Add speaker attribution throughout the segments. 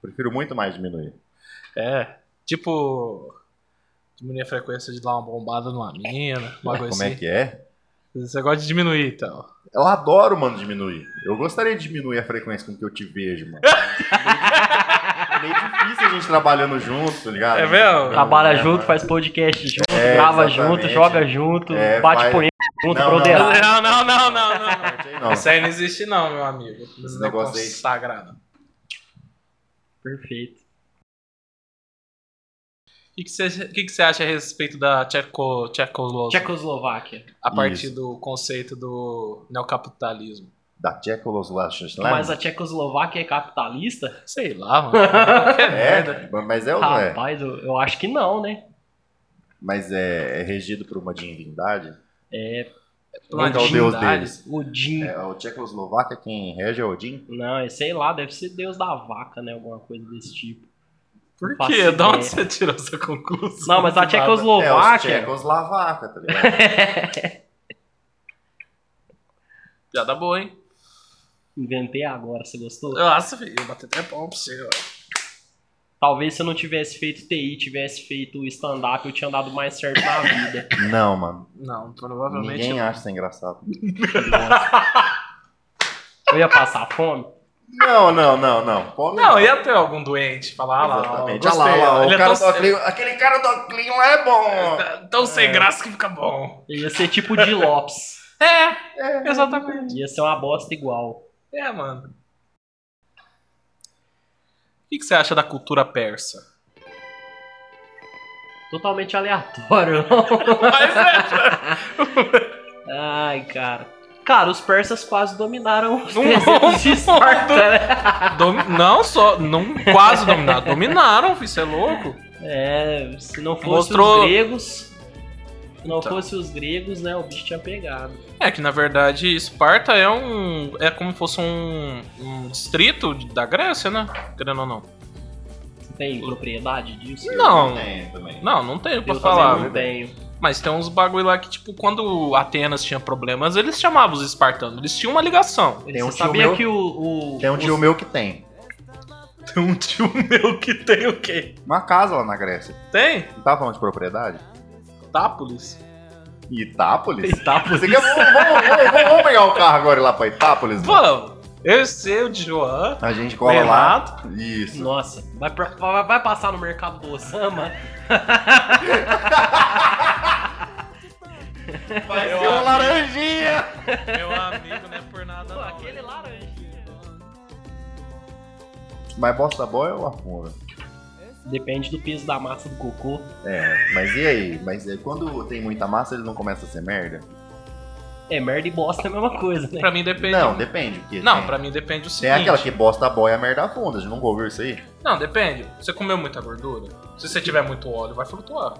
Speaker 1: prefiro muito mais diminuir.
Speaker 2: É. Tipo. Diminuir a frequência de dar uma bombada numa mina, uma
Speaker 1: Ué,
Speaker 2: coisa
Speaker 1: como é
Speaker 2: assim.
Speaker 1: que é?
Speaker 2: Você gosta de diminuir então. e tal.
Speaker 1: Eu adoro, mano, diminuir. Eu gostaria de diminuir a frequência com que eu te vejo, mano. é meio difícil a gente trabalhando junto, tá ligado?
Speaker 2: É mesmo?
Speaker 3: Trabalha
Speaker 1: é,
Speaker 3: junto,
Speaker 1: mano.
Speaker 3: faz podcast junto,
Speaker 1: É,
Speaker 3: grava
Speaker 1: exatamente.
Speaker 3: junto, joga junto,
Speaker 1: É,
Speaker 3: bate
Speaker 1: faz-
Speaker 3: punheta junto,
Speaker 1: Não, não,
Speaker 3: broderagem.
Speaker 2: Não, não, não, não, não.
Speaker 1: Parte aí Tá. Não.
Speaker 2: Isso aí não existe, não, meu amigo. Isso não é
Speaker 1: negócio aí.
Speaker 2: consagrado.
Speaker 3: Perfeito.
Speaker 2: O que que você acha- o que que você acha a respeito da Tcheco, Tchecoslováquia?
Speaker 3: Tchecoslováquia.
Speaker 2: A partir
Speaker 1: Isso.
Speaker 2: do conceito do neocapitalismo.
Speaker 1: Da Tchecoslováquia. é?
Speaker 3: Mas a Tchecoslováquia é capitalista?
Speaker 2: Sei lá, mano. Qualquer merda.
Speaker 1: É, mas é ou não é?
Speaker 3: Rapaz, eu, eu acho que não, né?
Speaker 1: Mas é, é regido por uma divindade?
Speaker 2: Uma
Speaker 1: Qual é o deus
Speaker 2: divindade.
Speaker 1: deles?
Speaker 3: Odin.
Speaker 1: É, o Tchecoslováquia quem rege é Odin?
Speaker 3: Não, é sei lá, deve ser Deus da vaca, né? Alguma coisa desse tipo.
Speaker 2: Por
Speaker 3: Faço
Speaker 2: quê? De onde
Speaker 3: ideia.
Speaker 2: você tirou essa conclusão?
Speaker 3: Não, mas a
Speaker 1: É, os
Speaker 3: Tchecoslováquia.
Speaker 1: Tchecoslováquia, tá ligado?
Speaker 2: Já dá boa, hein?
Speaker 3: Inventei agora, você gostou?
Speaker 2: Nossa, filho, eu bati até pau pra você. ó.
Speaker 3: Talvez se eu não tivesse feito TI, tivesse feito stand-up, eu tinha dado mais certo na vida.
Speaker 1: não, mano.
Speaker 2: Não, provavelmente.
Speaker 1: Ninguém acha isso engraçado.
Speaker 3: Eu ia passar fome?
Speaker 1: Não, não, não, não. Pô,
Speaker 2: Não, ia ter algum doente falar ah, lá. ó,
Speaker 1: Exatamente. Olha lá,
Speaker 2: gostei,
Speaker 1: olha lá,
Speaker 2: ó,
Speaker 1: o
Speaker 2: ele é
Speaker 1: cara
Speaker 2: tão,
Speaker 1: do Oclinho, aquele cara do Oclinho é bom.
Speaker 2: é tão sem graça que fica bom.
Speaker 3: Eu ia ser tipo de Lopes.
Speaker 2: É, exatamente.
Speaker 3: Ia ser uma bosta igual.
Speaker 2: É, mano. O que, que você acha da cultura persa?
Speaker 3: Totalmente aleatório, não?
Speaker 2: Mas é,
Speaker 3: Ai, cara. Cara, os persas quase dominaram os
Speaker 2: Não,
Speaker 3: desertos de
Speaker 2: não,
Speaker 3: Esparta, né?
Speaker 2: é, dom- não só, não quase dominaram, dominaram, filho, você é louco.
Speaker 3: É, se não fosse
Speaker 2: Mostrou-
Speaker 3: os gregos. Se não
Speaker 2: Tá.
Speaker 3: fosse os gregos, né? O bicho tinha pegado.
Speaker 2: É que na verdade Esparta é um, é como se fosse um, um distrito da Grécia, né? Querendo ou não.
Speaker 3: Você tem propriedade disso?
Speaker 2: Não,
Speaker 1: Tem também.
Speaker 2: não, não tenho pra
Speaker 3: Eu também
Speaker 1: né?
Speaker 2: falar.
Speaker 3: não tenho.
Speaker 2: Mas tem uns bagulho lá que, tipo, quando Atenas tinha problemas, eles chamavam os espartanos. Eles tinham uma ligação.
Speaker 1: Tem um
Speaker 3: Você
Speaker 1: tio
Speaker 3: sabia
Speaker 1: meu-
Speaker 3: que o. o
Speaker 1: Tem um tio meu que tem.
Speaker 2: Tem um tio meu que tem o quê?
Speaker 1: Uma casa lá na Grécia.
Speaker 2: Tem?
Speaker 1: Não tá falando de propriedade?
Speaker 2: Tápolis.
Speaker 1: Itápolis?
Speaker 3: Itápolis.
Speaker 1: Você quer... vamos, vamos, vamos- vamos pegar o carro agora e ir lá pra Itápolis? mano?
Speaker 2: Vamos! Eu sei o de João.
Speaker 1: A gente cola lá.
Speaker 2: Renato.
Speaker 1: Isso.
Speaker 3: Nossa, vai, pra- vai- vai passar no mercado do Osama?
Speaker 1: Vai
Speaker 2: ser uma
Speaker 1: laranjinha.
Speaker 2: Meu amigo, não é por nada
Speaker 3: Pô,
Speaker 2: não.
Speaker 3: aquele laranja.
Speaker 1: Mas bosta boa é o afunda.
Speaker 3: Depende do peso da massa do cocô.
Speaker 1: É, mas e aí? Mas é, quando tem muita massa, ele não começa a ser merda?
Speaker 3: É, merda e bosta é a mesma coisa, né?
Speaker 2: Pra mim depende.
Speaker 1: Não, depende. Porque
Speaker 2: Não,
Speaker 1: tem,
Speaker 2: pra mim depende o
Speaker 1: tem
Speaker 2: seguinte.
Speaker 1: aquela que bosta boia, merda afunda. A gente nunca ouviu isso aí?
Speaker 2: Não, depende. Você comeu muita gordura? Se você tiver muito óleo, vai flutuar.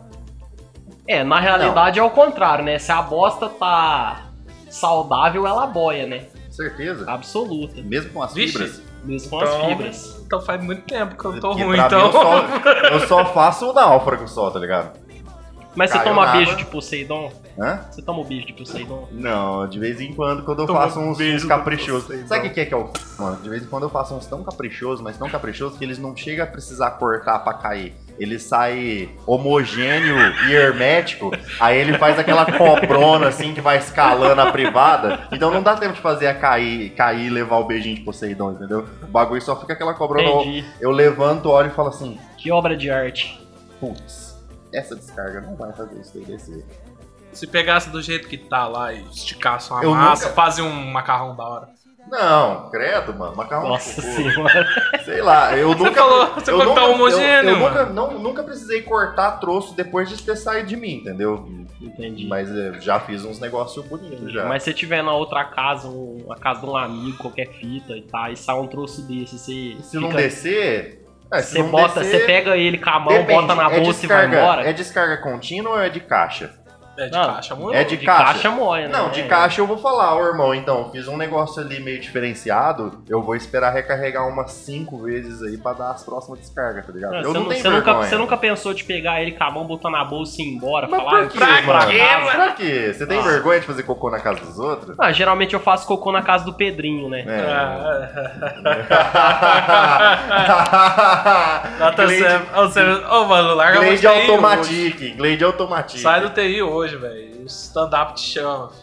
Speaker 3: É, na realidade é o contrário, né? Se a bosta tá saudável, ela boia, né?
Speaker 1: Certeza.
Speaker 3: Absoluta.
Speaker 1: Mesmo com as
Speaker 2: Ah. Vixe.
Speaker 1: fibras.
Speaker 3: Mesmo com as
Speaker 2: Então-
Speaker 3: fibras.
Speaker 2: Então faz muito tempo que eu tô
Speaker 1: Porque
Speaker 2: ruim,
Speaker 1: pra
Speaker 2: então.
Speaker 1: mim, eu, só, eu só faço o náufrago só, tá ligado?
Speaker 3: Mas você
Speaker 1: Caiu
Speaker 3: toma
Speaker 1: na
Speaker 3: beijo
Speaker 1: água.
Speaker 3: de Poseidon?
Speaker 1: Hã?
Speaker 3: Você toma o beijo de Poseidon?
Speaker 1: Não, de vez em quando, quando eu
Speaker 2: Toma
Speaker 1: faço uns,
Speaker 2: beijo
Speaker 1: uns
Speaker 2: do então.
Speaker 1: caprichosos.
Speaker 2: Poseidon.
Speaker 1: Sabe o que que é que é o f- mano? De vez em quando eu faço uns tão caprichosos, mas tão caprichosos que eles não chegam a precisar cortar pra cair. Ele sai homogêneo e hermético, aí ele faz aquela cobrona assim que vai escalando a privada. Então não dá tempo de fazer a cair, cair e levar o beijinho de Poseidon, entendeu? O bagulho só fica aquela cobrona.
Speaker 3: Entendi.
Speaker 1: Eu levanto, olho e falo assim:
Speaker 3: Que obra de arte.
Speaker 1: putz, essa descarga não vai fazer isso daí descer.
Speaker 2: Se pegasse do jeito que tá lá e esticasse uma
Speaker 1: Eu
Speaker 2: massa,
Speaker 1: nunca-
Speaker 2: fazer um macarrão da hora.
Speaker 1: Não, credo, mano. Macarrão com
Speaker 3: Nossa
Speaker 1: cocô.
Speaker 3: senhora.
Speaker 1: Sei lá, eu
Speaker 2: Você
Speaker 1: nunca.
Speaker 2: falou- você
Speaker 1: eu
Speaker 2: falou que tá
Speaker 1: nunca-
Speaker 2: homogêneo,
Speaker 1: Eu, eu
Speaker 2: mano.
Speaker 1: nunca, não- nunca precisei cortar troço depois de ter saído de mim, entendeu?
Speaker 3: Entendi.
Speaker 1: Mas é, já fiz uns negócios bonitos já.
Speaker 3: Mas se você tiver na outra casa, um- a casa de um amigo, qualquer fita e tá, e sai um troço desse, você.
Speaker 1: se não descer. é, se
Speaker 3: Você
Speaker 1: não
Speaker 3: bota,
Speaker 1: descer,
Speaker 3: você pega ele com a mão,
Speaker 1: depende,
Speaker 3: bota na
Speaker 1: é
Speaker 3: bolsa e vai
Speaker 1: descarga-
Speaker 3: embora.
Speaker 1: É descarga contínua ou é de caixa?
Speaker 2: É de
Speaker 3: Não.
Speaker 2: caixa, amor.
Speaker 1: É de
Speaker 3: De
Speaker 1: caixa.
Speaker 3: caixa, moia, né?
Speaker 1: Não, de caixa eu vou falar, ô irmão. Então, fiz um negócio ali meio diferenciado. Eu vou esperar recarregar umas cinco vezes aí pra dar as próximas descargas, tá ligado?
Speaker 3: Não,
Speaker 1: eu
Speaker 3: você,
Speaker 1: não,
Speaker 3: nu-
Speaker 1: tenho
Speaker 3: você nunca,
Speaker 1: vergonha.
Speaker 3: você nunca pensou de pegar ele com a mão, botar na bolsa e ir embora,
Speaker 1: Mas
Speaker 3: falar "Ah,
Speaker 1: por
Speaker 3: "Eu
Speaker 1: quê,
Speaker 3: preciso ir pra
Speaker 1: mano?
Speaker 3: casa"?
Speaker 1: Pra quê? Você tem
Speaker 3: Ah.
Speaker 1: vergonha de fazer cocô na casa dos outros?
Speaker 3: é Ah, geralmente eu faço cocô na casa do Pedrinho, né?
Speaker 1: É.
Speaker 2: Ah, Nota
Speaker 1: Glade,
Speaker 2: Seven. é- Ô, Seven- ô, mano, larga a mão
Speaker 1: Glade
Speaker 2: de TI hoje.
Speaker 1: Automatic. Glade Automatic.
Speaker 2: Sai do TI hoje, velho. O stand-up te chama. filho.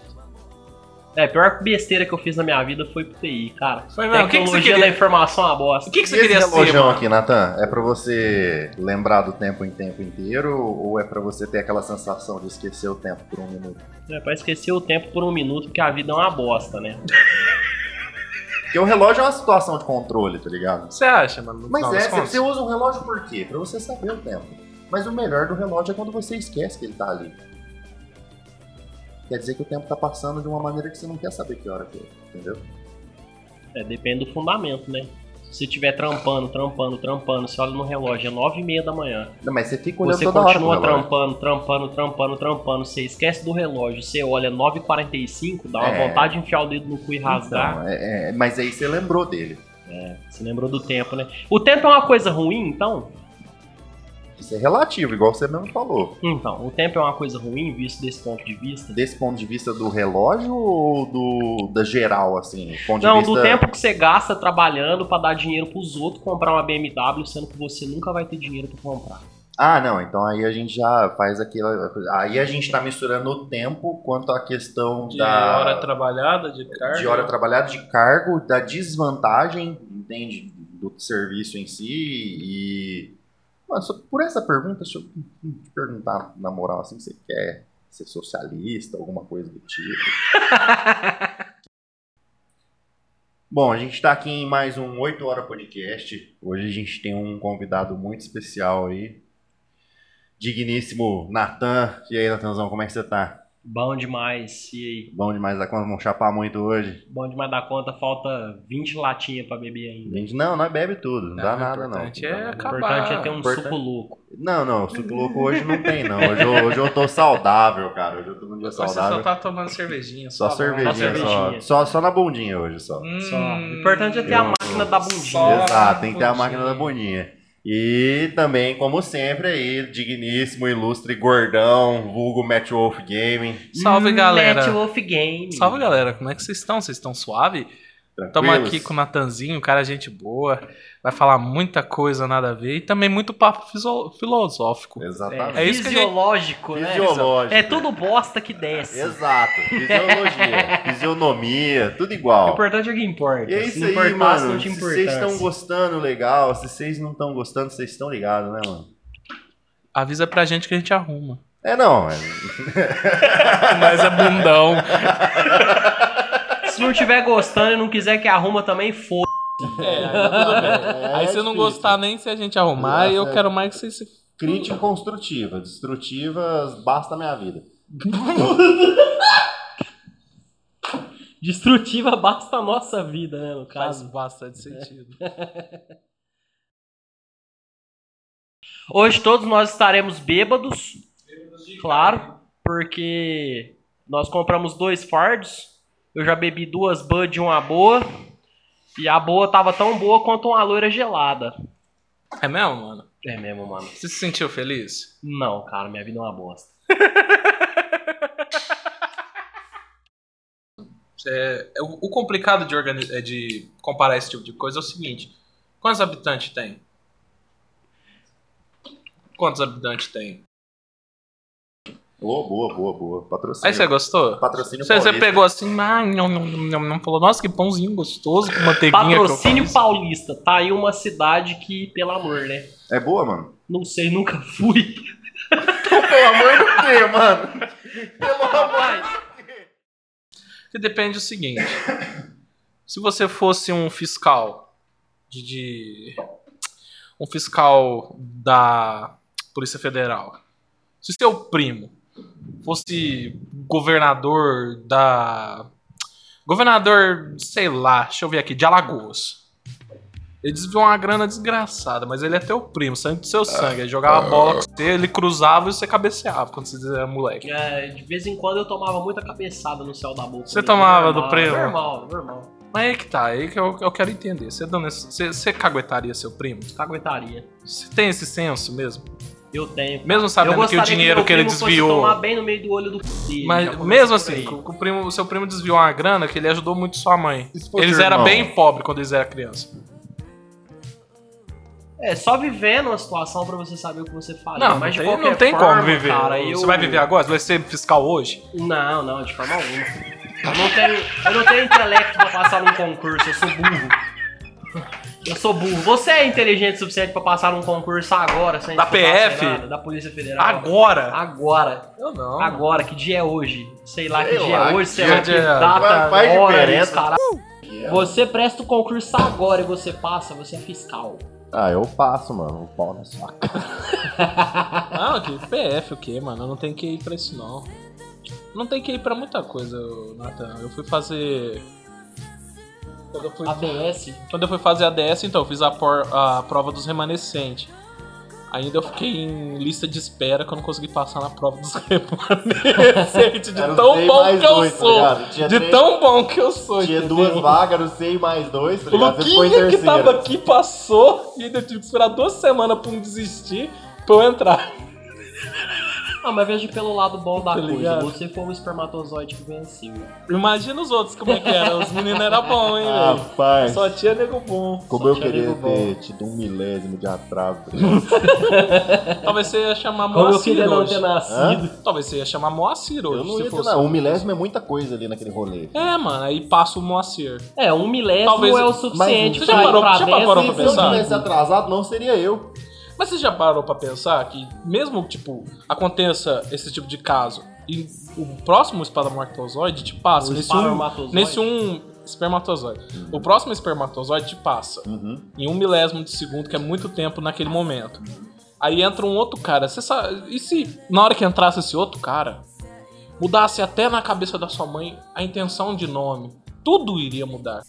Speaker 3: É, a pior besteira que eu fiz na minha vida foi pro TI, cara.
Speaker 2: Foi mesmo? O que que você
Speaker 3: Tecnologia
Speaker 2: queria?
Speaker 3: da informação é uma bosta.
Speaker 2: O que, que
Speaker 1: E
Speaker 2: você queria
Speaker 1: esse
Speaker 2: ser,
Speaker 1: relojão
Speaker 2: mano?
Speaker 1: aqui, Natan, é pra você lembrar do tempo em tempo inteiro ou é pra você ter aquela sensação de esquecer o tempo por um minuto?
Speaker 3: É, pra esquecer o tempo por um minuto, porque a vida é uma bosta, né?
Speaker 1: Porque o relógio é uma situação de controle, tá ligado?
Speaker 2: Você acha, mano? no
Speaker 1: Mas
Speaker 2: final
Speaker 1: é,
Speaker 2: das
Speaker 1: você-
Speaker 2: contas?
Speaker 1: você usa um relógio por quê? Pra você saber o tempo. Mas o melhor do relógio é quando você esquece que ele tá ali. Quer dizer que o tempo tá passando de uma maneira que você não quer saber que hora que é, entendeu?
Speaker 3: É, depende do fundamento, né? Se você estiver trampando, trampando, trampando, você olha no relógio, é nove e meia da manhã.
Speaker 1: Não, mas você fica olhando
Speaker 3: Você
Speaker 1: toda hora pro
Speaker 3: continua
Speaker 1: relógio.
Speaker 3: trampando, trampando, trampando, trampando, você esquece do relógio, você olha 9h45, dá uma
Speaker 1: É.
Speaker 3: vontade de enfiar o dedo no cu e rasgar.
Speaker 1: Então, é- é- mas aí você lembrou dele.
Speaker 3: Você lembrou do tempo, né? O tempo é uma coisa ruim, então?
Speaker 1: Isso é relativo, igual você mesmo falou.
Speaker 3: Então, o tempo é uma coisa ruim, visto desse ponto de vista.
Speaker 1: Desse ponto de vista do relógio ou do da geral, assim? Ponto
Speaker 3: Não,
Speaker 1: de vista...
Speaker 3: do tempo que você gasta trabalhando pra dar dinheiro pros outros comprar uma BMW, sendo que você nunca vai ter dinheiro pra comprar.
Speaker 1: Ah, não, então aí a gente já faz aquela. Aí a gente tá misturando o tempo quanto à questão
Speaker 2: De
Speaker 1: um da.
Speaker 2: hora trabalhada, de carga. né?
Speaker 1: de hora trabalhada, de cargo, da desvantagem, entende? Do serviço em si e. Mano, só por essa pergunta, deixa eu te perguntar, na moral, assim, você quer ser socialista, alguma coisa do tipo? Bom, a gente tá aqui em mais um 8 Hora Podcast. Hoje a gente tem um convidado muito especial aí. Digníssimo Natan. E aí, Natanzão, como é que você tá?
Speaker 3: Bom demais, e
Speaker 1: Bom demais da conta, vamos chapar muito hoje.
Speaker 3: aí? Bom demais da conta, falta 20 latinhas pra beber ainda.
Speaker 1: Gente, não, nós bebe tudo, não dá
Speaker 2: o
Speaker 1: nada não.
Speaker 2: importante é
Speaker 1: Não dá nada.
Speaker 3: O
Speaker 2: acabar.
Speaker 3: importante é ter um
Speaker 1: Importante.
Speaker 3: suco louco.
Speaker 1: Não, não, suco louco hoje não tem não. Hoje eu, hoje eu tô saudável, cara. Hoje eu tô num dia
Speaker 2: Você só
Speaker 1: saudável.
Speaker 2: tá tomando cervejinha.
Speaker 1: Só cervejinha, só,
Speaker 3: cervejinha.
Speaker 1: só, só na bundinha hoje só.
Speaker 2: Hum,
Speaker 3: Só. O importante é ter a
Speaker 1: eu-
Speaker 3: máquina da bundinha.
Speaker 2: Só.
Speaker 1: Hum. Exato, tem que ter a
Speaker 2: bundinha.
Speaker 1: máquina da bundinha. E também, como sempre, aí, digníssimo, ilustre, gordão, vulgo Match Wolf Gaming.
Speaker 2: Salve,
Speaker 3: Hum,
Speaker 2: galera.
Speaker 3: Net Wolf Game.
Speaker 2: Salve, galera. Como é que vocês estão? Vocês estão suave? Estamos
Speaker 1: tranquilos.
Speaker 2: aqui com o Natanzinho, cara, gente boa. Vai falar muita coisa, nada a ver. E também muito papo fiso- filosófico.
Speaker 1: Exatamente.
Speaker 3: É,
Speaker 2: É isso que a gente-
Speaker 3: fisiológico, né?
Speaker 1: Fisiológico.
Speaker 3: É tudo bosta que desce.
Speaker 1: Exato. Fisiologia, fisionomia, tudo igual.
Speaker 3: O importante é o que importa.
Speaker 1: E é
Speaker 3: Se
Speaker 1: isso
Speaker 3: não
Speaker 1: aí,
Speaker 3: importasse,
Speaker 1: mano.
Speaker 3: não tinha
Speaker 1: Se vocês estão
Speaker 3: importância.
Speaker 1: gostando, legal. Se vocês não estão gostando, vocês estão ligados, né, mano?
Speaker 2: Avisa pra gente que a gente arruma.
Speaker 1: É, não. É...
Speaker 2: Mas é bundão.
Speaker 3: Se não tiver gostando e não quiser que arruma também, foda.
Speaker 1: É,
Speaker 2: tá Aí se não gostar nem se a gente arrumar,
Speaker 1: Nossa,
Speaker 2: eu
Speaker 1: é.
Speaker 2: quero mais que vocês se.
Speaker 1: Crítica construtiva, destrutiva, basta a minha vida.
Speaker 3: Destrutiva basta a nossa vida, né, no
Speaker 1: tá
Speaker 2: Faz
Speaker 3: caso.
Speaker 2: bastante sentido.
Speaker 3: Hoje todos nós estaremos bêbados, claro, porque nós compramos dois fardos. Eu já bebi duas Bud e uma boa. E a boa tava tão boa quanto uma loira gelada.
Speaker 2: É mesmo, mano?
Speaker 3: É mesmo, mano.
Speaker 2: Você se sentiu feliz?
Speaker 3: Não, cara, minha vida é uma bosta.
Speaker 2: É, é, o, o complicado de, organi- é de comparar esse tipo de coisa é o seguinte: quantos habitantes tem? Quantos habitantes tem?
Speaker 1: Boa, boa, boa, boa. Patrocínio.
Speaker 2: Aí você gostou?
Speaker 1: Patrocínio
Speaker 2: Você, você
Speaker 1: um paulista.
Speaker 2: pegou assim, ah, não, não, não, não, falou, nossa, que pãozinho gostoso com manteiguinha. que eu
Speaker 3: Patrocínio
Speaker 2: faço."
Speaker 3: Paulista. Tá aí uma cidade que, pelo amor, né?
Speaker 1: É boa, mano?
Speaker 3: Não sei, nunca fui.
Speaker 1: Pelo amor do quê, mano? Pelo
Speaker 3: Rapaz,
Speaker 2: Que depende do seguinte: se você fosse um fiscal de, de- um fiscal da Polícia Federal, se seu primo fosse governador da governador, sei lá, deixa eu ver aqui, de Alagoas. Ele desviou uma grana desgraçada, mas ele é teu primo, sangue do seu sangue. Ele jogava bola com você, ele cruzava e você cabeceava quando você era moleque.
Speaker 3: É, de vez em quando eu tomava muita cabeçada no céu da boca.
Speaker 2: Você tomava
Speaker 3: Normal,
Speaker 2: do prêmio?
Speaker 3: Normal, normal.
Speaker 2: Mas aí que tá, aí que eu, eu quero entender. Você, dando esse- você, você caguetaria seu primo?
Speaker 3: Caguetaria.
Speaker 2: Você tem esse senso mesmo?
Speaker 3: Eu tenho.
Speaker 2: Mesmo
Speaker 3: eu
Speaker 2: sabendo que
Speaker 3: gostaria
Speaker 2: o dinheiro
Speaker 3: meu
Speaker 2: que, ele
Speaker 3: primo fosse
Speaker 2: desviou.
Speaker 3: tomar bem no meio do olho do c dele, já
Speaker 2: Mas
Speaker 3: começa
Speaker 2: mesmo
Speaker 3: por
Speaker 2: assim,
Speaker 3: aí.
Speaker 2: que o, que o primo, o seu primo desviou uma grana que ele ajudou muito sua mãe.
Speaker 1: E se fosse
Speaker 2: Eles
Speaker 1: irmão?
Speaker 2: eram bem pobres quando eles eram crianças.
Speaker 3: É, só vivendo a situação pra você saber o que você faria.
Speaker 2: Não, mas
Speaker 3: mas de
Speaker 2: não tem, não tem
Speaker 3: qualquer forma,
Speaker 2: como viver.
Speaker 3: Cara, eu...
Speaker 2: Você vai viver agora? Você vai ser fiscal hoje?
Speaker 3: Não, não, de forma alguma. Eu não tenho, eu não tenho intelecto pra passar num concurso, eu sou burro. Eu sou burro. Você é inteligente o suficiente pra passar num concurso agora, sem
Speaker 2: Da Ah,
Speaker 3: estudar, sem
Speaker 2: PF?
Speaker 3: nada, da Polícia Federal.
Speaker 2: Agora? Ah,
Speaker 3: Agora.
Speaker 2: Eu não.
Speaker 3: Agora, que dia é hoje? Sei lá que
Speaker 1: Sei
Speaker 3: dia
Speaker 1: lá,
Speaker 3: é
Speaker 1: que
Speaker 3: hoje, sei
Speaker 2: dia
Speaker 3: lá que
Speaker 2: de-
Speaker 3: data,
Speaker 1: Faz- faz
Speaker 3: hora,
Speaker 1: diferença. é.
Speaker 3: isso, caralho. Você presta o concurso agora e você passa, você é fiscal.
Speaker 1: Ah, eu passo, mano. O pau na sua cara.
Speaker 2: Não, que PF o quê, mano? Eu não tenho que ir pra isso, não. Não tem que ir pra muita coisa, ô, Nathan. Eu fui fazer. Quando eu fui,
Speaker 3: ABS?
Speaker 2: quando eu fui fazer a DS, então, eu fiz a, por- a prova dos remanescentes. Ainda eu fiquei em lista de espera que eu não consegui passar na prova dos remanescentes. De
Speaker 1: Era o
Speaker 2: tão
Speaker 1: C
Speaker 2: bom
Speaker 1: mais
Speaker 2: que eu
Speaker 1: dois, tá
Speaker 2: sou.
Speaker 1: ligado? Tinha
Speaker 2: de
Speaker 1: três-
Speaker 2: tão bom que eu sou.
Speaker 1: Tinha
Speaker 2: entendeu?
Speaker 1: duas vagas, não sei mais dois, tá
Speaker 2: O
Speaker 1: ligado? Você ficou em
Speaker 2: Luquinha que
Speaker 1: terceiro.
Speaker 2: tava aqui passou e ainda tive que esperar duas semanas pra um desistir pra eu entrar.
Speaker 3: Ah, mas veja pelo lado bom da
Speaker 2: Tá
Speaker 3: coisa.
Speaker 2: ligado?
Speaker 3: Você foi um espermatozoide que venceu.
Speaker 2: Imagina os outros como é que era. Os meninos eram bons, hein, velho.
Speaker 1: Ah, Rapaz,
Speaker 2: Só tinha nego bom.
Speaker 1: como
Speaker 3: só
Speaker 1: eu
Speaker 3: tinha
Speaker 1: queria
Speaker 3: nego bom.
Speaker 1: ter tido um milésimo de atraso.
Speaker 2: Talvez você ia chamar
Speaker 3: Como eu queria
Speaker 2: Moacir
Speaker 3: não ter
Speaker 2: hoje.
Speaker 3: nascido.
Speaker 2: Talvez você ia chamar Moacir
Speaker 1: Eu
Speaker 2: hoje,
Speaker 1: não ia
Speaker 2: se
Speaker 1: ter
Speaker 2: fosse.
Speaker 1: nada. Um milésimo é muita coisa ali naquele rolê.
Speaker 2: É, mano, aí passa o Moacir.
Speaker 3: É, um milésimo
Speaker 2: Talvez-
Speaker 3: é o
Speaker 1: mas-
Speaker 3: suficiente
Speaker 1: Você
Speaker 2: já
Speaker 3: pra
Speaker 2: parou-
Speaker 3: ir pra
Speaker 2: já
Speaker 3: dentro
Speaker 2: parou
Speaker 3: e
Speaker 2: pra
Speaker 1: Se
Speaker 3: ser
Speaker 1: eu
Speaker 2: pensar?
Speaker 1: tivesse
Speaker 3: livre.
Speaker 1: atrasado, não seria eu.
Speaker 2: Mas você já parou pra pensar que, mesmo tipo, aconteça esse tipo de caso e o próximo espermatozoide te passa
Speaker 3: O
Speaker 2: nesse um,
Speaker 3: espermatozoide?
Speaker 2: nesse um espermatozoide. O próximo espermatozoide te passa
Speaker 1: Uhum.
Speaker 2: em um milésimo de segundo, que é muito tempo naquele momento. Aí entra um outro cara. Você sabe, e se na hora que entrasse esse outro cara, mudasse até na cabeça da sua mãe a intenção de nome? Tudo iria mudar.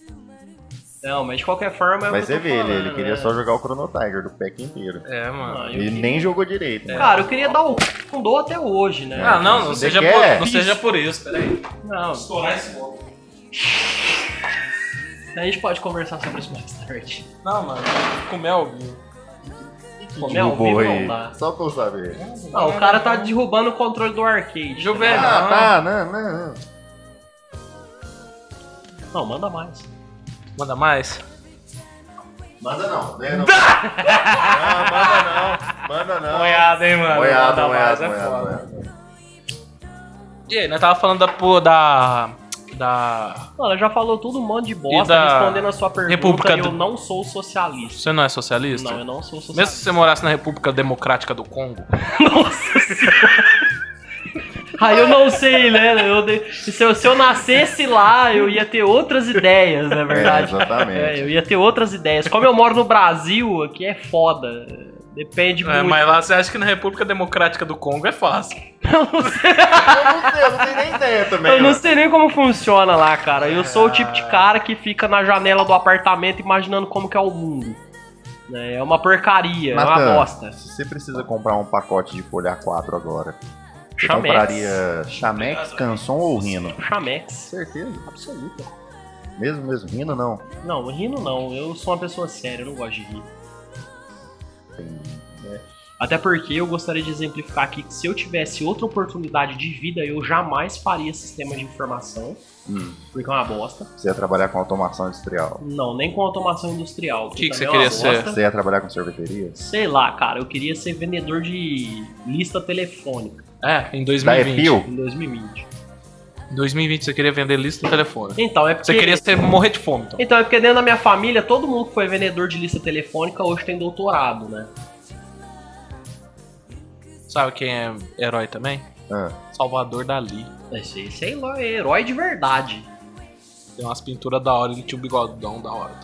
Speaker 3: Não, mas de qualquer forma... é o
Speaker 1: Mas
Speaker 3: que eu
Speaker 1: você
Speaker 3: tô
Speaker 1: vê, ele,
Speaker 3: falando,
Speaker 1: ele queria
Speaker 3: né?
Speaker 1: só jogar o Chrono Tiger do pack inteiro.
Speaker 2: É, mano.
Speaker 3: Ah, eu
Speaker 1: Ele
Speaker 3: queria-
Speaker 1: nem jogou direito, mano.
Speaker 3: Cara, eu queria dar o c... com dor até hoje, né?
Speaker 2: Ah, não, não
Speaker 1: Você
Speaker 2: seja,
Speaker 1: quer?
Speaker 2: por, não seja por isso, peraí.
Speaker 3: Não,
Speaker 2: Estourar esse bolo.
Speaker 3: a gente pode conversar sobre isso mais tarde.
Speaker 2: Não, mano, com mel, viu?
Speaker 3: Como é
Speaker 1: Derrubou
Speaker 3: ao vivo, não
Speaker 1: aí.
Speaker 3: dá.
Speaker 1: Só pra eu saber.
Speaker 3: Não, o cara tá derrubando o controle do arcade.
Speaker 2: Juvenal.
Speaker 1: Ah,
Speaker 2: não. é.
Speaker 1: tá, não, não, não.
Speaker 3: Não, manda mais.
Speaker 2: Manda mais?
Speaker 1: Manda não, né? Não. Ah, manda não, manda não.
Speaker 2: Moiada, hein, mano?
Speaker 1: Moiada,
Speaker 2: Manda mais,
Speaker 1: moiada,
Speaker 2: é
Speaker 1: moiada,
Speaker 2: foda.
Speaker 1: moiada.
Speaker 2: E aí, nós tava falando da. pô, da. Da.
Speaker 3: Mano, já falou tudo um monte de bosta,
Speaker 2: da
Speaker 3: respondendo a sua pergunta,
Speaker 2: República
Speaker 3: eu
Speaker 2: do-
Speaker 3: não sou socialista.
Speaker 2: Você não é socialista?
Speaker 3: Não, eu não sou
Speaker 2: Mesmo se
Speaker 3: socialista.
Speaker 2: você morasse na República Democrática do Congo.
Speaker 3: Nossa senhora. Aí eu não sei, né? Eu de- se, eu, se eu nascesse lá, eu ia ter outras ideias, na
Speaker 1: É,
Speaker 3: verdade. É,
Speaker 1: exatamente.
Speaker 3: eu ia ter outras ideias. Como eu moro no Brasil, aqui é foda. Depende
Speaker 2: É,
Speaker 3: muito.
Speaker 2: mas lá você acha que na República Democrática do Congo é fácil.
Speaker 1: Eu não sei, eu não tenho nem ideia também.
Speaker 3: Eu não
Speaker 1: ó.
Speaker 3: sei nem como funciona lá, cara. Eu sou o tipo de cara que fica na janela do apartamento imaginando como que é o mundo. É é uma porcaria, é
Speaker 1: Natan,
Speaker 3: uma bosta.
Speaker 1: Se você precisa comprar um pacote de folha 4 agora, você
Speaker 3: Chamex.
Speaker 1: compraria Chamex, Canson ou Rino?
Speaker 3: Chamex.
Speaker 1: Certeza.
Speaker 3: Absoluta.
Speaker 1: Mesmo, mesmo. Rino não.
Speaker 3: Não, rindo não. Eu sou uma pessoa séria, eu não gosto de rir.
Speaker 1: Tem-
Speaker 3: Até porque eu gostaria de exemplificar aqui que se eu tivesse outra oportunidade de vida, eu jamais faria sistema de informação,
Speaker 1: Hum,
Speaker 3: porque é uma bosta.
Speaker 1: Você ia trabalhar com automação industrial.
Speaker 3: Não, nem com automação industrial.
Speaker 2: Que que você
Speaker 3: também é uma
Speaker 2: queria
Speaker 3: bosta.
Speaker 1: Você ia trabalhar com sorveteria?
Speaker 3: Sei lá, cara, eu queria ser vendedor de lista telefônica
Speaker 2: É, em
Speaker 1: Da
Speaker 2: 2020.
Speaker 1: Epil?
Speaker 3: em 2020.
Speaker 2: Em 2020 você queria vender lista e telefone.
Speaker 3: Então é porque
Speaker 2: Você queria ser, morrer de fome, então.
Speaker 3: Então é porque dentro da minha família todo mundo que foi vendedor de lista telefônica hoje tem doutorado, né?
Speaker 2: Sabe quem é herói também?
Speaker 1: Ah,
Speaker 2: Salvador Dali.
Speaker 3: Esse, esse aí lá é herói de verdade.
Speaker 2: Tem umas pinturas da hora, ele tinha um bigodão da hora.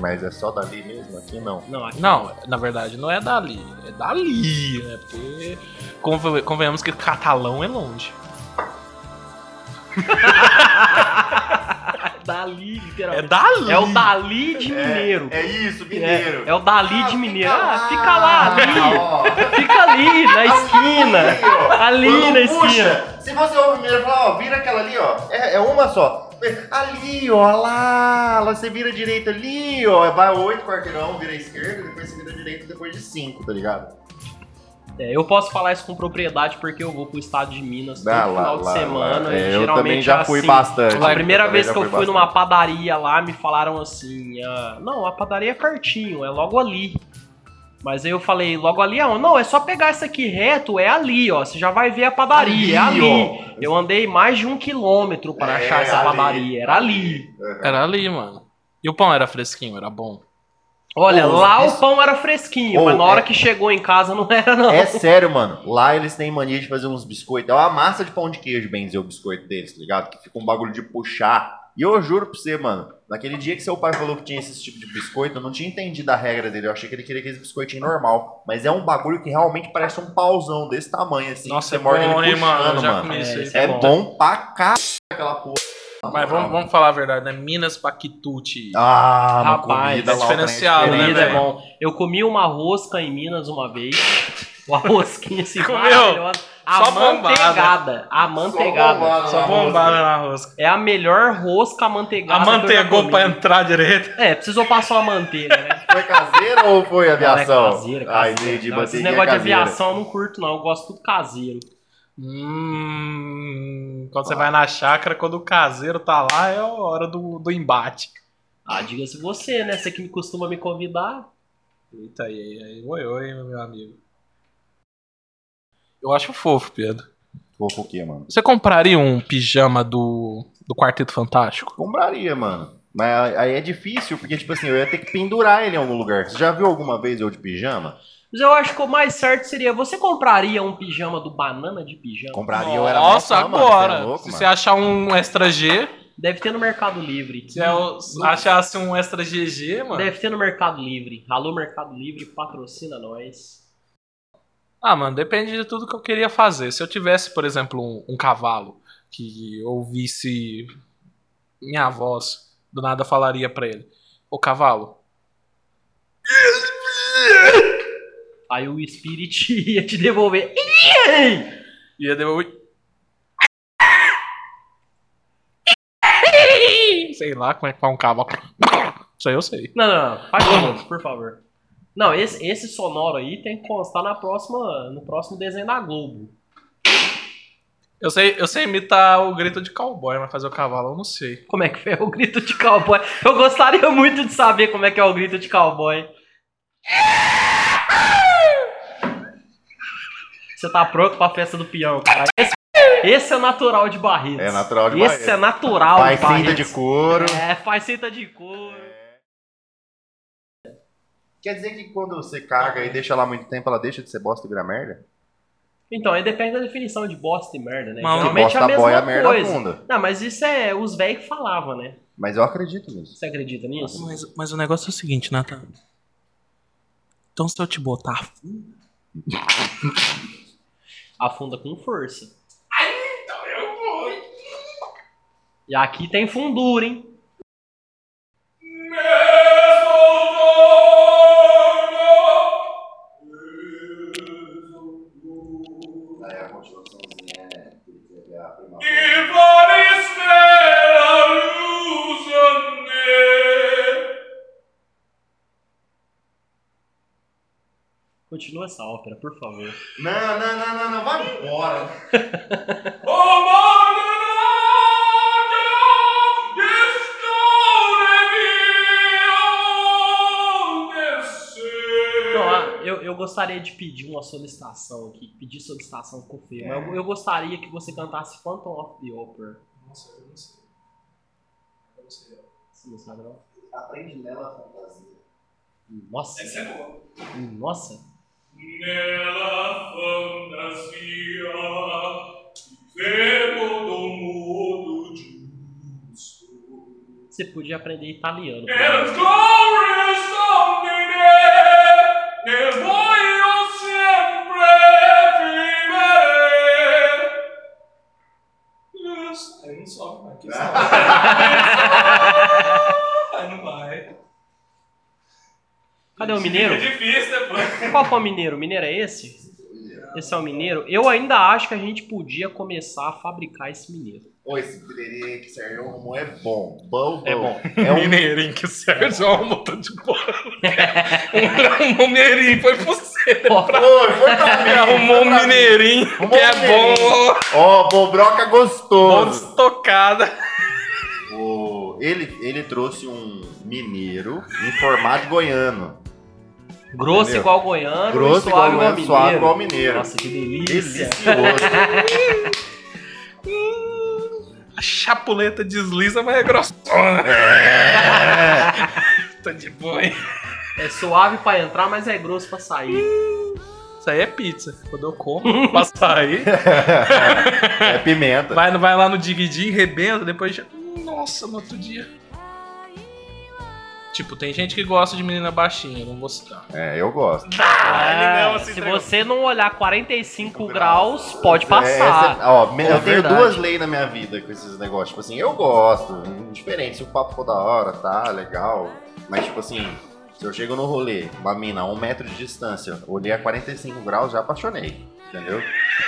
Speaker 1: mas é só dali mesmo? Aqui não.
Speaker 3: Não, aqui-
Speaker 2: Não, na verdade não é Dali. É Dali, né? Porque conven- convenhamos que catalão é longe.
Speaker 3: Dali,
Speaker 2: É
Speaker 3: literalmente.
Speaker 2: dali.
Speaker 3: É o Dali de Mineiro.
Speaker 1: É, é isso, mineiro.
Speaker 3: É, é o Dali
Speaker 1: Ah,
Speaker 3: de Mineiro. Ah, fica lá, ali.
Speaker 1: ó.
Speaker 3: Fica ali, na esquina. Ali na
Speaker 1: Quando
Speaker 3: esquina.
Speaker 1: puxa, se você ouve primeiro falar, ó, vira aquela ali, ó. É, é uma só. Ali, ó, lá, lá você vira direita ali, ó. Vai oito quarteirão, vira esquerda, depois você vira direita depois de cinco, tá ligado?
Speaker 3: É, eu posso falar isso com propriedade porque eu vou pro estado de Minas todo
Speaker 1: Ah, lá,
Speaker 3: final de
Speaker 1: lá,
Speaker 3: semana.
Speaker 1: lá.
Speaker 3: e
Speaker 1: É, eu
Speaker 3: geralmente
Speaker 1: também já
Speaker 3: é
Speaker 1: fui
Speaker 3: assim.
Speaker 1: bastante.
Speaker 3: A primeira
Speaker 1: Eu também
Speaker 3: vez
Speaker 1: já
Speaker 3: que eu
Speaker 1: fui
Speaker 3: fui
Speaker 1: bastante.
Speaker 3: numa padaria lá, me falaram assim: ah, não, a padaria é pertinho, é logo ali. Mas aí eu falei, logo ali aonde? Não, é só pegar essa aqui reto, é ali, ó. Você já vai ver a padaria,
Speaker 1: Ali,
Speaker 3: é ali. Eu andei mais de um quilômetro para
Speaker 1: É,
Speaker 3: achar essa
Speaker 1: ali.
Speaker 3: padaria, era ali.
Speaker 2: Era ali, mano. E o pão era fresquinho, era bom.
Speaker 3: Olha,
Speaker 1: Ô,
Speaker 3: lá
Speaker 1: isso-
Speaker 3: o pão era fresquinho,
Speaker 1: Ô,
Speaker 3: mas na hora
Speaker 1: é-
Speaker 3: que chegou em casa não era, não.
Speaker 1: É sério, mano. Lá eles têm mania de fazer uns biscoitos. É uma massa de pão de queijo, bem dizer, o biscoito deles, tá ligado? Que fica um bagulho de puxar. E eu juro pra você, mano, naquele dia que seu pai falou que tinha esse tipo de biscoito, eu não tinha entendido a regra dele. Eu achei que ele queria aquele biscoitinho normal. Mas é um bagulho que realmente parece um pauzão desse tamanho, assim. que
Speaker 2: Nossa,
Speaker 1: você
Speaker 2: é
Speaker 1: morde
Speaker 2: bom,
Speaker 1: ele
Speaker 2: hein, mano. Eu
Speaker 1: puxando,
Speaker 2: já
Speaker 1: mano.
Speaker 2: comi
Speaker 3: É,
Speaker 2: isso aí.
Speaker 3: isso
Speaker 1: É
Speaker 3: bom.
Speaker 1: bom pra caralho aquela porra.
Speaker 2: Mas vamos, vamos falar a verdade, né? Minas Paquitute.
Speaker 1: Ah, uma
Speaker 3: Rapaz,
Speaker 1: comida
Speaker 2: é
Speaker 1: lá, o trem
Speaker 2: diferenciado, né,
Speaker 1: diferente,
Speaker 3: Comida é
Speaker 2: velho?
Speaker 3: bom. Eu comi uma rosca em Minas uma vez. Uma rosquinha assim
Speaker 2: Comeu?
Speaker 3: maravilhosa. A
Speaker 2: Só bombada.
Speaker 3: manteigada. A manteigada.
Speaker 1: bombada.
Speaker 2: Só
Speaker 1: né?
Speaker 2: bombada na rosca.
Speaker 3: É a melhor rosca amanteigada.
Speaker 2: A mantegou pra entrar direito.
Speaker 3: entrar. É, precisou passar uma manteiga, né?
Speaker 1: Foi caseira ou foi aviação?
Speaker 3: Não, é caseira, caseira.
Speaker 1: Ai, gente,
Speaker 3: Não, Esse
Speaker 1: manteiguinha
Speaker 3: negócio de
Speaker 1: é caseira.
Speaker 3: aviação eu não curto, não. Eu gosto tudo caseiro.
Speaker 2: Hum, quando você vai na chácara, quando o caseiro tá lá, é a hora do, do embate.
Speaker 3: Ah, diga-se você, né? Você que me costuma me convidar.
Speaker 2: Eita, aí, aí, oi, oi, meu amigo. Eu acho fofo, Pedro.
Speaker 1: Fofo o quê, mano?
Speaker 2: Você compraria um pijama do, do Quarteto Fantástico?
Speaker 1: Compraria, mano. Mas aí é difícil, porque, tipo assim, eu ia ter que pendurar ele em algum lugar. Você já viu alguma vez eu de pijama?
Speaker 3: Mas eu acho que o mais certo seria... Você compraria um pijama do banana de pijama?
Speaker 1: Compraria, eu era
Speaker 2: Nossa,
Speaker 1: mó fã, mano.
Speaker 2: agora!
Speaker 1: Você é louco,
Speaker 2: se
Speaker 1: mano.
Speaker 2: você achar um extra G,
Speaker 3: Deve ter no Mercado Livre.
Speaker 2: se eu achasse um extra GG, mano.
Speaker 3: Deve ter no Mercado Livre. Alô, Mercado Livre, patrocina nós.
Speaker 2: Ah, mano, depende de tudo que eu queria fazer. Se eu tivesse, por exemplo, um, um cavalo que eu ouvisse minha voz, do nada falaria pra ele: Ô cavalo,
Speaker 3: Aí o Spirit ia te devolver.
Speaker 2: E eu devolvi. Sei lá como é que faz um cavalo. Isso aí eu sei.
Speaker 3: Não, não, não. Faz de novo, por favor. Não, esse, esse sonoro aí tem que constar na próxima, no próximo desenho da Globo.
Speaker 2: Eu sei, eu sei imitar o grito de cowboy, mas fazer o cavalo eu não sei.
Speaker 3: Como é que foi o grito de cowboy? Eu gostaria muito de saber como é que é o grito de cowboy. Você tá pronto pra festa do peão, cara. Esse, esse é natural de Barretos.
Speaker 1: É natural de
Speaker 3: Esse é natural
Speaker 1: Vai
Speaker 3: de
Speaker 1: cinta
Speaker 3: Barretos.
Speaker 1: de couro.
Speaker 3: É, faz cinta de couro.
Speaker 1: Quer dizer que quando você caga e deixa lá muito tempo, ela deixa de ser bosta e virar merda?
Speaker 3: Então, aí depende da definição de bosta e merda, né?
Speaker 2: Mas
Speaker 3: Geralmente é a
Speaker 1: bosta
Speaker 3: mesma
Speaker 1: boia, a
Speaker 3: coisa.
Speaker 1: merda afunda.
Speaker 3: Não, mas isso é os velhos que falavam, né?
Speaker 1: Mas eu acredito nisso.
Speaker 3: Você acredita nisso?
Speaker 2: Mas, mas o negócio é o seguinte, Nathan. Então se eu te botar.
Speaker 3: Afunda com força. Então eu vou. E aqui tem fundura, hein?
Speaker 1: Aí a continuaçãozinha é...
Speaker 3: Continua essa ópera, por favor.
Speaker 1: Não, não, não, não, não, vai embora.
Speaker 3: Não, ah, eu, eu gostaria de pedir uma solicitação aqui. Pedir solicitação ficou
Speaker 2: É.
Speaker 3: feio. Mas eu, eu gostaria que você cantasse Phantom of the Opera.
Speaker 2: Nossa, eu não sei. Eu não sei.
Speaker 3: Você não sabe, não?
Speaker 1: Aprende nela a fantasia.
Speaker 3: Nossa.
Speaker 2: é
Speaker 3: Nossa.
Speaker 4: Nella fantasia vivevo do modo giusto.
Speaker 3: Você podia aprender italiano.
Speaker 4: Nel cuore sommine, nel voglio sempre vivere. Eu não sobe, mas que sobe.
Speaker 3: Cadê o mineiro?
Speaker 4: É difícil depois.
Speaker 3: Qual que é o mineiro? O mineiro é esse? Esse é o mineiro? Eu ainda acho que a gente podia começar a fabricar esse mineiro.
Speaker 1: Ô, esse bilherinho que Sérgio arrumou é bom. Bom, bom.
Speaker 3: É bom.
Speaker 1: É um
Speaker 2: Mineirinho que o Sérgio arrumou tá de boa. um mineirinho foi pro você.
Speaker 1: Oi, foi pra mim.
Speaker 2: Ele arrumou um mineirinho que é bom.
Speaker 1: Ó, Bobroca
Speaker 2: Bom
Speaker 1: gostoso.
Speaker 2: estocada.
Speaker 1: O- ele, ele trouxe um mineiro em formato goiano.
Speaker 3: Grosso
Speaker 1: Entendeu?
Speaker 3: igual goiano,
Speaker 1: Grosso
Speaker 3: e
Speaker 1: igual
Speaker 3: suave igual,
Speaker 1: goiano,
Speaker 3: mineiro.
Speaker 1: suave igual mineiro.
Speaker 3: Nossa, que delícia.
Speaker 1: Delicioso.
Speaker 2: Hum, A chapuleta desliza, mas é grossona.
Speaker 1: É,
Speaker 2: Tá de boa, hein?
Speaker 3: É suave pra entrar, mas é grosso pra sair.
Speaker 2: Isso aí é pizza. Quando eu como, pra sair.
Speaker 1: É pimenta.
Speaker 2: Vai, vai lá no Dig Dig, rebenta, depois já. Nossa, no outro dia. Tipo, tem gente que gosta de menina baixinha, não vou citar.
Speaker 1: É, eu gosto.
Speaker 2: Ah,
Speaker 3: Ah,
Speaker 2: ele mesmo se
Speaker 3: se
Speaker 2: entregou.
Speaker 3: você não olhar 45 graus, pode passar.
Speaker 1: É, essa- ó, me-
Speaker 3: É
Speaker 1: eu tenho
Speaker 3: verdade.
Speaker 1: duas leis na minha vida com esses negócios. Tipo assim, eu gosto. Diferente, se o papo for da hora, tá legal. Mas, tipo assim, se eu chego no rolê, uma mina a um metro de distância, olhei a 45 graus, já apaixonei. Entendeu?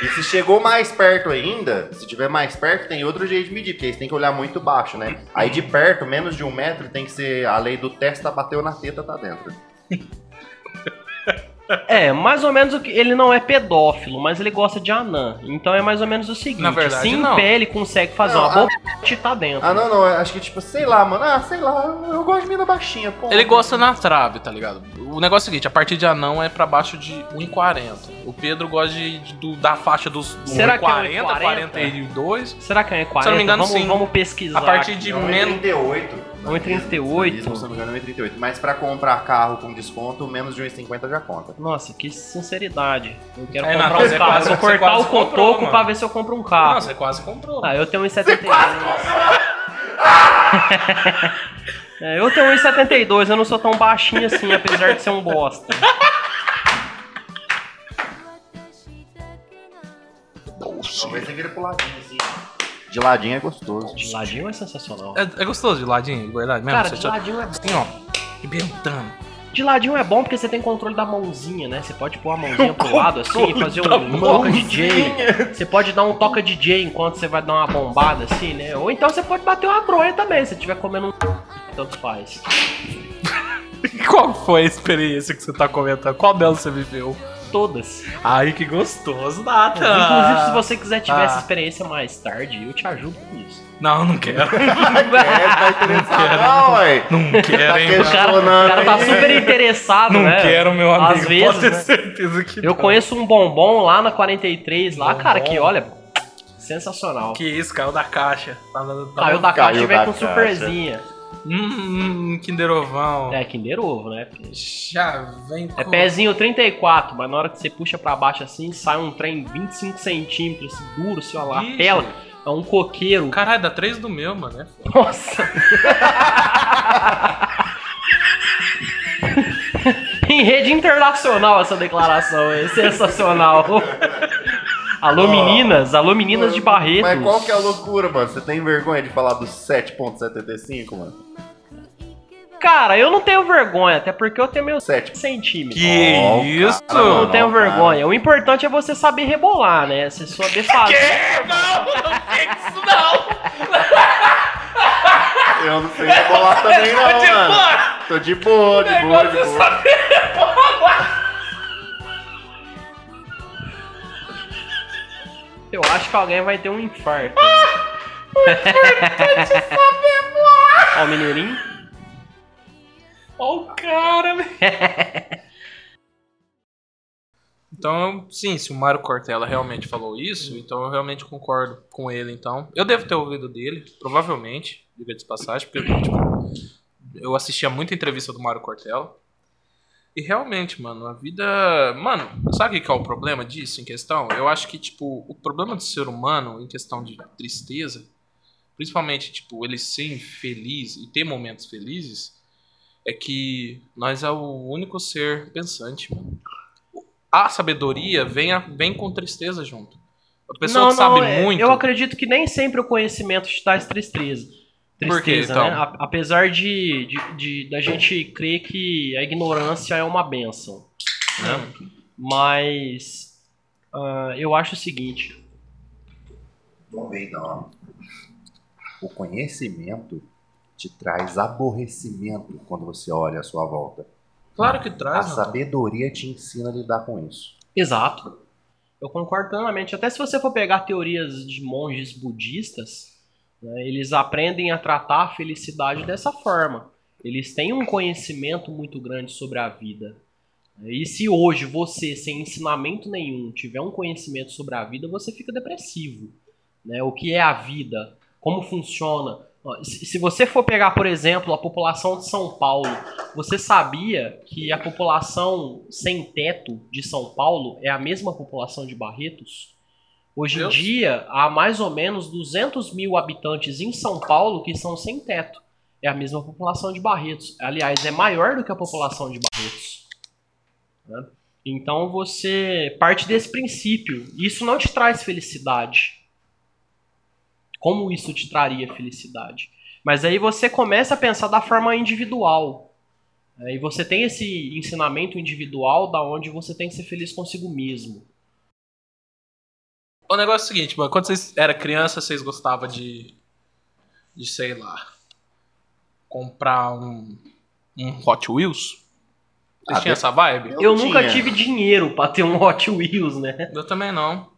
Speaker 1: E se chegou mais perto ainda, se tiver mais perto, tem outro jeito de medir, porque aí você tem que olhar muito baixo, né? Aí de perto, menos de um metro, tem que ser a lei do testa bateu na teta, tá dentro.
Speaker 3: É, mais ou menos o que. Ele não é pedófilo, mas ele gosta de anã. Então é mais ou menos o seguinte:
Speaker 2: Na verdade,
Speaker 3: se em
Speaker 2: não.
Speaker 3: pé ele consegue fazer
Speaker 1: Não,
Speaker 3: uma
Speaker 1: a-
Speaker 3: boa e tá dentro.
Speaker 1: Ah, não, não, acho que tipo, sei lá, mano, ah, sei lá, eu gosto de mina baixinha, pô.
Speaker 2: Ele gosta na trave, tá ligado? O negócio é o seguinte, a partir de anão é pra baixo de 1,40. O Pedro gosta de, de- do- da faixa dos
Speaker 3: Será que é
Speaker 2: 1,40,
Speaker 3: 1,40?
Speaker 2: 42.
Speaker 3: Será que é 40?
Speaker 2: Se eu não me engano,
Speaker 3: vamos,
Speaker 2: sim.
Speaker 3: vamos pesquisar.
Speaker 2: A partir
Speaker 3: aqui,
Speaker 2: de
Speaker 3: ó.
Speaker 1: Não,
Speaker 2: menos-
Speaker 1: 1,38.
Speaker 3: É 1,38.
Speaker 1: Isso, se não me engano, é 1,38. Mas pra comprar carro com desconto, menos de 1,50 já conta.
Speaker 3: Nossa, que sinceridade. Eu quero
Speaker 2: É,
Speaker 3: comprar
Speaker 2: Natal,
Speaker 3: um
Speaker 2: você
Speaker 3: carro.
Speaker 2: quase-
Speaker 3: vou
Speaker 2: você
Speaker 3: cortar o
Speaker 2: quase
Speaker 3: cotoco
Speaker 2: comprou, mano.
Speaker 3: pra ver se eu compro um
Speaker 2: Ah,
Speaker 3: carro.
Speaker 2: você quase comprou.
Speaker 3: Ah, eu tenho 1,72. É, eu tenho 1,72, eu não sou tão baixinho assim, apesar de ser um bosta.
Speaker 1: Talvez você Então, vira pro ladinho, assim. De ladinho é gostoso.
Speaker 3: De ladinho é sensacional.
Speaker 2: É, é gostoso de ladinho, de verdade mesmo.
Speaker 3: Cara,
Speaker 2: Você
Speaker 3: de
Speaker 2: só-
Speaker 3: ladinho é
Speaker 2: assim, ó, arrebentando.
Speaker 3: De ladinho é bom porque você tem controle da mãozinha, né? Você pode pôr a mãozinha pro lado assim, fazer um toca DJ. Você pode dar um toca DJ enquanto você vai dar uma bombada assim, né? Ou então você pode bater uma tronha também, se tiver comendo um. Tanto faz.
Speaker 2: Qual foi a experiência que você tá comentando? Qual delas você viveu?
Speaker 3: Todas.
Speaker 2: Ai, que gostoso, Nata.
Speaker 3: É, Inclusive, se você quiser tiver
Speaker 2: Ah.
Speaker 3: essa experiência mais tarde, eu te ajudo com isso.
Speaker 2: Não, não quero.
Speaker 1: É, tá interessado. Não, ué.
Speaker 2: Não quero, hein?
Speaker 1: Tá
Speaker 3: O cara, o
Speaker 1: Funcionando,
Speaker 3: cara tá
Speaker 1: hein?
Speaker 3: super interessado,
Speaker 2: Não
Speaker 3: né?
Speaker 2: quero, meu amigo.
Speaker 3: Às vezes,
Speaker 2: Pode ter
Speaker 3: né?
Speaker 2: certeza que
Speaker 3: Eu
Speaker 2: não.
Speaker 3: conheço um bombom lá na 43, lá,
Speaker 2: Bombom.
Speaker 3: cara, que olha, sensacional.
Speaker 2: Que isso, caiu da caixa. Tá na- tá-
Speaker 3: Caiu da
Speaker 1: Caiu
Speaker 3: caixa e vem
Speaker 1: da
Speaker 3: com
Speaker 1: caixa.
Speaker 3: surpresinha.
Speaker 2: Hum, hum, Kinder Ovão.
Speaker 3: É, Kinder Ovo, né?
Speaker 2: Já vem com...
Speaker 3: É pezinho 34, mas na hora que você puxa pra baixo assim, sai um trem 25 centímetros, assim, duro, assim, ó,
Speaker 2: Ixi.
Speaker 3: lapela. É um coqueiro.
Speaker 2: Caralho, dá três do meu, mano. né?
Speaker 3: Nossa! em rede internacional essa declaração, é sensacional. alô,
Speaker 1: Ó.
Speaker 3: meninas, alô, meninas de Barretos.
Speaker 1: Mas qual que é a loucura, mano? Você tem vergonha de falar dos 7,75, mano?
Speaker 3: Cara, eu não tenho vergonha, até porque eu tenho meus
Speaker 1: 7.
Speaker 3: centímetros.
Speaker 2: Que
Speaker 1: Ó,
Speaker 2: isso?
Speaker 1: cara,
Speaker 3: Eu
Speaker 1: mano.
Speaker 3: não tenho
Speaker 1: não, cara.
Speaker 3: vergonha. O importante é você saber rebolar, né? Você saber fazer.
Speaker 1: Eu não sei rebolar também, não, mano. Tô de boa, de boa, de boa.
Speaker 3: Eu acho que alguém vai ter um infarto. Ah, Ó, o mineirinho.
Speaker 2: Ó o cara, velho. Então, sim, se o Mário Cortella realmente falou isso, então eu realmente concordo com ele, então. Eu devo ter ouvido dele, provavelmente, diga de passagem, porque tipo, eu assistia muita entrevista do Mário Cortella. E realmente, mano, a vida. Mano, sabe o que é o problema disso em questão? Eu acho que, tipo, o problema do ser humano em questão de tristeza, principalmente, tipo, ele ser infeliz e ter momentos felizes, é que nós é o único ser pensante, mano. A sabedoria vem, a- vem com tristeza junto. A pessoa
Speaker 3: Não,
Speaker 2: que sabe
Speaker 3: não, é-
Speaker 2: muito.
Speaker 3: Eu acredito que nem sempre o conhecimento te traz tristeza.
Speaker 2: Por quê,
Speaker 3: Tristeza,
Speaker 2: então?
Speaker 3: né? A- apesar de, de, de- da gente crer que a ignorância é uma benção,
Speaker 2: Hum.
Speaker 3: né? Mas ah, eu acho o seguinte,
Speaker 1: Não vem, não. O conhecimento te traz aborrecimento quando você olha à sua volta.
Speaker 2: Claro que
Speaker 1: A
Speaker 2: traz, Natan.
Speaker 1: sabedoria te ensina a lidar com isso.
Speaker 3: exato, eu concordo plenamente. Até se você for pegar teorias de monges budistas, né, eles aprendem a tratar a felicidade dessa forma. Eles têm um conhecimento muito grande sobre a vida. E se hoje você, sem ensinamento nenhum, tiver um conhecimento sobre a vida, você fica depressivo. né? O que é a vida? Como funciona? Ó, Se se você for pegar, por exemplo, a população de São Paulo, você sabia que a população sem teto de São Paulo é a mesma população de Barretos? Hoje em
Speaker 2: Deus.
Speaker 3: dia, há mais ou menos 200 mil habitantes em São Paulo que são sem teto. É a mesma população de Barretos. Aliás, é maior do que a população de Barretos. né? Então você parte desse princípio. Isso não te traz felicidade como isso te traria felicidade. Mas aí você começa a pensar da forma individual. né? E você tem esse ensinamento individual da onde você tem que ser feliz consigo mesmo.
Speaker 2: O negócio é o seguinte, mano. Quando vocês eram criança, vocês gostavam de. de sei lá. comprar um. um Hot Wheels? Vocês
Speaker 1: Ah,
Speaker 2: tinham
Speaker 1: de-
Speaker 2: essa vibe?
Speaker 1: Eu
Speaker 3: Eu, nunca
Speaker 1: tinha.
Speaker 3: tive dinheiro pra ter um Hot Wheels, né?
Speaker 2: Eu também não.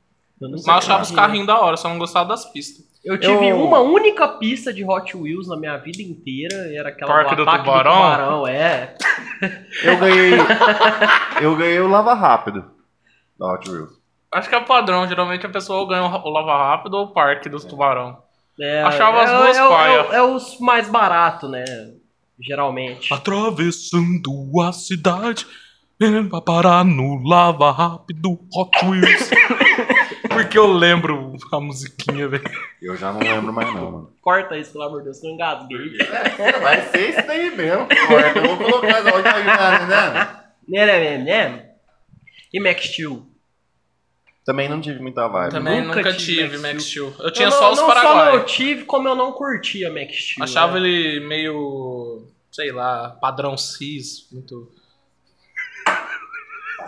Speaker 3: Eu
Speaker 2: Mas
Speaker 3: nunca
Speaker 2: eu
Speaker 3: tive
Speaker 2: achava os
Speaker 3: dinheiro.
Speaker 2: carrinhos da hora, só não gostava das pistas.
Speaker 3: Eu tive
Speaker 1: Eu-
Speaker 3: uma única pista de Hot Wheels na minha vida inteira, e era aquela
Speaker 2: Parque do
Speaker 3: ataque
Speaker 2: Tubarão?
Speaker 3: é.
Speaker 1: Eu ganhei. eu ganhei o Lava Rápido. Da Hot Wheels.
Speaker 2: Acho que é padrão, geralmente a pessoa ou ganha o Lava Rápido ou o Parque dos Tubarão.
Speaker 3: é
Speaker 2: Achava
Speaker 3: é,
Speaker 2: as duas
Speaker 3: é, é,
Speaker 2: paia.
Speaker 3: é, é os mais baratos, né? Geralmente.
Speaker 2: Atravessando a cidade, ele vai parar no Lava Rápido Hot Wheels. Porque eu lembro a musiquinha, velho.
Speaker 1: Eu já não lembro mais, não, mano.
Speaker 3: Corta isso, pelo amor de Deus, que eu engasguei.
Speaker 1: Vai ser isso daí mesmo. Eu vou colocar essa né?
Speaker 3: Né, né, né, né? E Max Steel?
Speaker 1: Também não tive muita vibe.
Speaker 2: Também
Speaker 3: Nunca
Speaker 2: nunca,
Speaker 3: tive
Speaker 2: tive,
Speaker 3: Max
Speaker 2: Max Steel. Eu tinha
Speaker 3: não-
Speaker 2: só é. os
Speaker 3: não
Speaker 2: Paraguai.
Speaker 3: Só não tive, como eu não curtia Max Steel.
Speaker 2: Achava
Speaker 3: né?
Speaker 2: ele meio, sei lá, padrão cis, muito...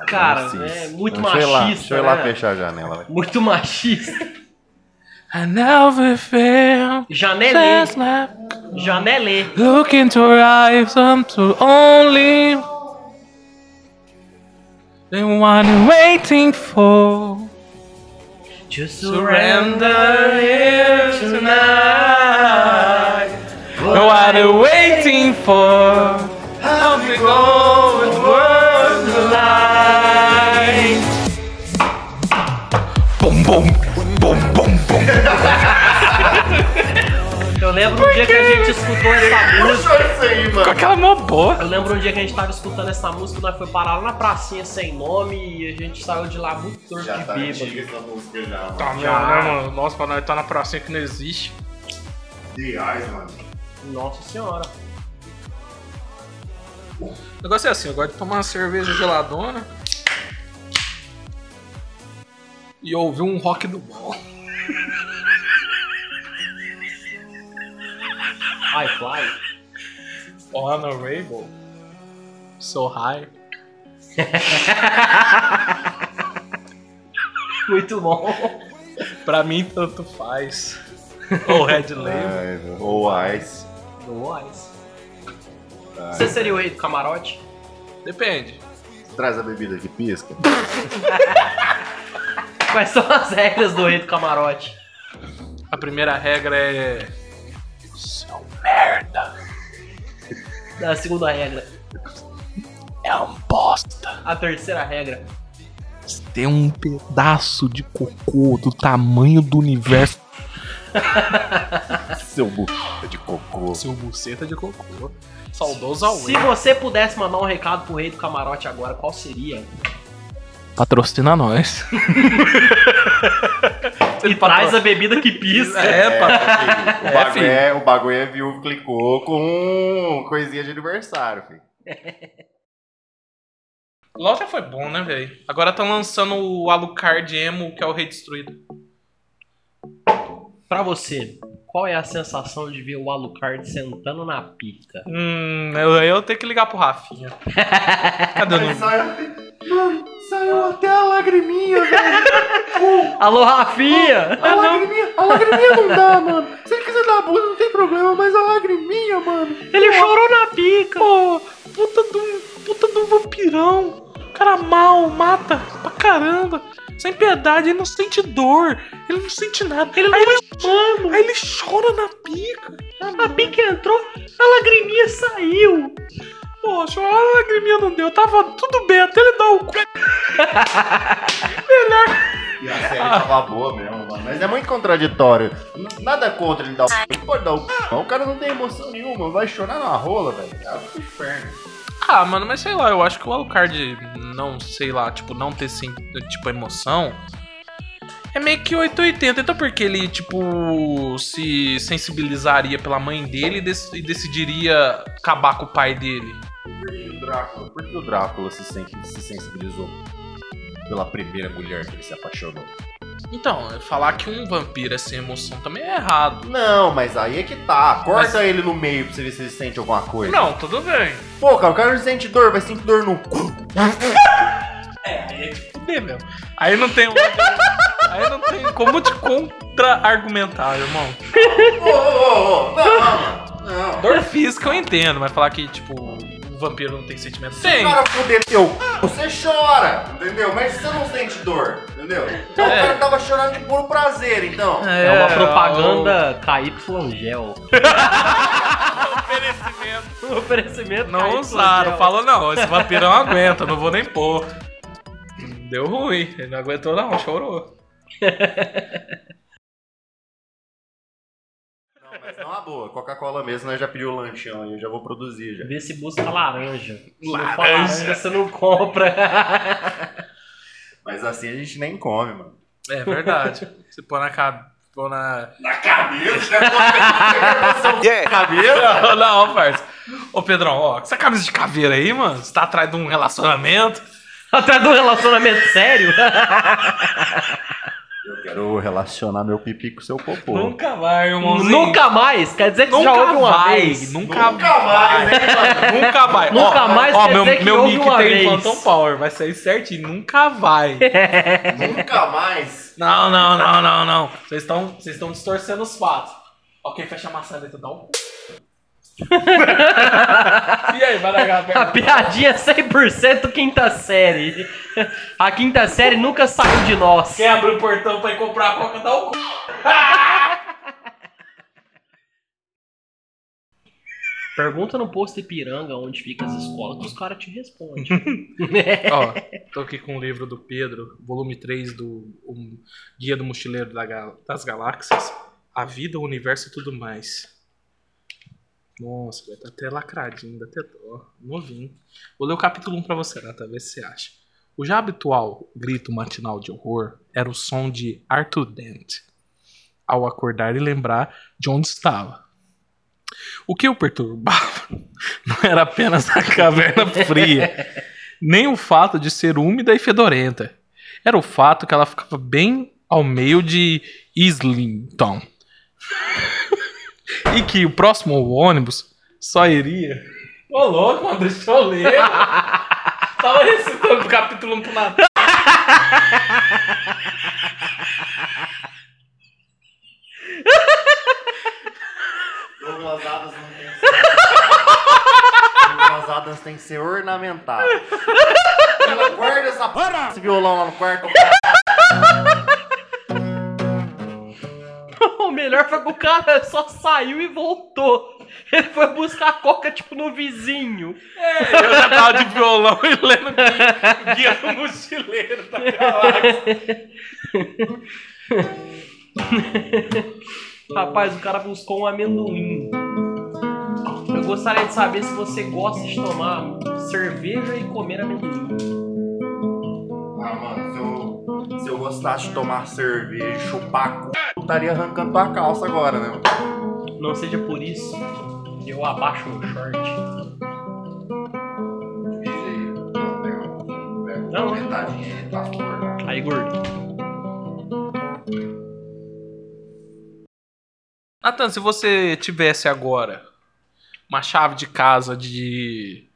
Speaker 3: Cara,
Speaker 1: Não,
Speaker 3: é
Speaker 1: cis.
Speaker 3: muito
Speaker 1: Deixa eu ir lá,
Speaker 3: machista,
Speaker 1: Deixa eu ir lá
Speaker 3: né?
Speaker 1: fechar a janela. vai.
Speaker 3: muito machista.
Speaker 2: I never felt
Speaker 3: Janelê,
Speaker 2: like
Speaker 3: janelê.
Speaker 2: Look into her eyes, I'm too only. The one you're waiting for.
Speaker 3: To
Speaker 2: Surrender here tonight. The one you're waiting for. I'll be going towards the light. Boom, boom, boom, boom, boom.
Speaker 3: Eu lembro um dia que a gente escutou essa música.
Speaker 2: Aquela mó boa.
Speaker 3: Eu lembro um dia que a gente tava escutando essa música, nós foi parar lá na pracinha sem nome e a gente saiu de lá muito torto
Speaker 1: Já
Speaker 3: de
Speaker 1: tá
Speaker 3: bêbado.
Speaker 1: antiga essa música já, mano.
Speaker 2: Tá, meu, né, mano? Nossa, pra nós tá na pracinha que não existe.
Speaker 1: The Eyes, mano.
Speaker 3: Nossa senhora.
Speaker 2: O negócio é assim, eu gosto de tomar uma cerveja geladona e ouvir um rock do bom.
Speaker 3: I fly.
Speaker 2: Honorable. So high.
Speaker 3: Muito bom.
Speaker 2: Pra mim, tanto faz. Ou Red Label.
Speaker 1: Ai, meu. É, Ou Ice.
Speaker 3: Boas.
Speaker 1: Ai.
Speaker 3: Ah, Você seria o rei do camarote?
Speaker 2: Depende.
Speaker 1: Traz a bebida que pisca.
Speaker 3: Quais são as regras do rei do camarote?
Speaker 2: A primeira regra é.
Speaker 3: A segunda regra.
Speaker 2: É um bosta.
Speaker 3: A terceira regra.
Speaker 2: Tem um pedaço de cocô do tamanho do universo.
Speaker 1: Seu bucha de cocô.
Speaker 2: Seu buceta de cocô. Saudoso ao
Speaker 3: Se você pudesse mandar um recado pro rei do camarote agora, qual seria?
Speaker 2: Patrocina nós.
Speaker 3: E traz a bebida que pisca.
Speaker 2: É, pa-
Speaker 1: filho, o, bagulho é,
Speaker 2: É, filho.
Speaker 1: o bagulho é viúvo clicou com coisinha de aniversário, filho.
Speaker 2: LOL já foi bom, né, velho? Agora tá lançando o Alucard Emo, que é o Rei Destruído.
Speaker 3: Pra você, Qual é a sensação de ver o Alucard sentando na pica?
Speaker 2: Hum, eu, eu tenho que ligar pro Rafinha. Cadê o número?
Speaker 1: Saiu até a lagriminha, velho. Uh,
Speaker 3: Alô, Rafinha!
Speaker 1: A lagriminha, a lagriminha não dá, mano. Se ele quiser dar a bunda, não tem problema, mas a lagriminha, mano.
Speaker 3: Ele chorou na pica!
Speaker 2: Pô, puta de um, puta de um vampirão. Cara mal, mata pra caramba. Sem piedade, ele não sente dor. Ele não sente nada. Ele não aí é humano. Aí ele chora na pica.
Speaker 3: A pica entrou, a lagriminha saiu!
Speaker 2: Pô, chorar a lagriminha não deu. Tava tudo bem, até ele dar o cu.
Speaker 1: E a série tava boa mesmo, mano. Mas é muito contraditório. N- Nada contra ele dar o c... Ele pode dar o c... mas O cara não tem emoção nenhuma. Vai chorar na rola, velho. É um inferno.
Speaker 2: Ah, mano, mas sei lá, eu acho que o Alucard não, sei lá, tipo, não ter sen- tipo, emoção é meio que 880. Então por que ele, tipo, se sensibilizaria pela mãe dele e, dec- e decidiria acabar com o pai dele?
Speaker 1: E o Drácula? Por que o Drácula se, sen- se sensibilizou pela primeira mulher que ele se apaixonou?
Speaker 2: Então, falar que um vampiro é sem emoção também é errado.
Speaker 1: Não, mas aí é que tá. Corta
Speaker 2: Mas-
Speaker 1: ele no meio pra você ver se ele sente alguma coisa.
Speaker 2: Não, tudo bem.
Speaker 1: Pô, cara, o cara não sente dor, vai sentir dor no cu.
Speaker 2: Fudeu, meu. Aí não tem. um- Aí não tem como te contra-argumentar, irmão.
Speaker 1: Ô, ô, ô, ô. Não, não. não.
Speaker 2: Dor física eu entendo, mas falar que, tipo, o vampiro não tem sentimento. Tem!
Speaker 1: O cara fuder teu c... você chora, entendeu? Mas você não sente dor, entendeu? Então
Speaker 2: É.
Speaker 1: o cara tava chorando de puro prazer, então.
Speaker 3: É, uma propaganda KY Gel.
Speaker 2: oferecimento.
Speaker 3: Um oferecimento KY
Speaker 2: Não usaram.
Speaker 3: Gel.
Speaker 2: Falou, não, esse vampirão aguenta, não vou nem pôr. Deu ruim, ele não aguentou não, chorou.
Speaker 1: Não, mas não é boa. Coca-Cola mesmo, né? Já pediu o lanchão aí, eu já vou produzir já.
Speaker 3: Vê se busca laranja. Se não for
Speaker 2: Laranja.
Speaker 3: laranja, você não compra.
Speaker 1: Mas assim a gente nem come, mano.
Speaker 2: É verdade. Você põe na cabeça. Pôr na.
Speaker 1: Na cabeça, né? Cabeça?
Speaker 2: Não, não, parça. Ô, Pedrão, ó, essa camisa de caveira aí, mano, você tá atrás de um relacionamento.
Speaker 3: Atrás de um relacionamento sério?
Speaker 1: Eu quero relacionar meu pipi com seu popô.
Speaker 2: Nunca vai, irmãozinho.
Speaker 3: Nunca mais? Quer dizer que você já ouve uma
Speaker 2: vai.
Speaker 3: vez?
Speaker 2: Nunca,
Speaker 1: mais, hein, mano?
Speaker 2: Nunca vai.
Speaker 3: Nunca
Speaker 2: Ó,
Speaker 3: mais
Speaker 2: Ó,
Speaker 3: quer
Speaker 2: meu,
Speaker 3: dizer que
Speaker 2: meu
Speaker 3: houve
Speaker 2: nick
Speaker 3: uma
Speaker 2: tem
Speaker 3: vez.
Speaker 2: Phantom Power, vai sair certinho. Nunca vai.
Speaker 1: Nunca mais.
Speaker 2: Não, não, não, não, não. Vocês estão vocês estão distorcendo os fatos. Ó, quem fecha a maçaneta dá um. e aí, vai largar a
Speaker 3: A
Speaker 2: perna?
Speaker 3: piadinha é 100% quinta série. A quinta série nunca saiu de nós.
Speaker 2: Quem abre o portão pra ir comprar a coca dá um.
Speaker 3: Pergunta no posto Ipiranga onde fica as escolas que os caras te respondem.
Speaker 2: Ó, tô aqui com o livro do Pedro, volume 3 do o Guia do Mochileiro da Gal- das Galáxias. A vida, o universo e tudo mais. Nossa, vai tá até lacradinho, dá até dó. Novinho. Vou ler o capítulo 1 pra você, Nata, ver se você acha. O já habitual grito matinal de horror era o som de Arthur Dent ao acordar e lembrar de onde estava. O que o perturbava não era apenas a caverna fria, nem o fato de ser úmida e fedorenta. Era o fato que ela ficava bem ao meio de Islington. e que o próximo ônibus só iria. Ô louco, mano, deixa eu ler. Tava recitando o capítulo 1 pro Natal.
Speaker 1: Douglas Adams não tem que ser. Douglas Adams tem que ser ornamentado. Ela guarda essa porra, esse violão lá no quarto.
Speaker 3: O melhor foi que o cara só saiu e voltou. Ele foi buscar a coca, tipo, no vizinho.
Speaker 2: Eu já tava de violão e lendo Guia- Guia do Mochileiro da Galáxia.
Speaker 3: Rapaz, o cara buscou um amendoim. Eu gostaria de saber se você gosta de tomar cerveja e comer amendoim.
Speaker 1: Ah, mano, se eu, se eu gostasse de tomar cerveja e chupar c... eu estaria arrancando tua calça agora, né? mano?
Speaker 3: Não seja por isso que eu abaixo o short.
Speaker 1: Divide aí. Pega- pega
Speaker 3: Não.
Speaker 1: metadinha aí, tá porra.
Speaker 3: Aí, gordo.
Speaker 2: Nathan, se você tivesse agora uma chave de casa de,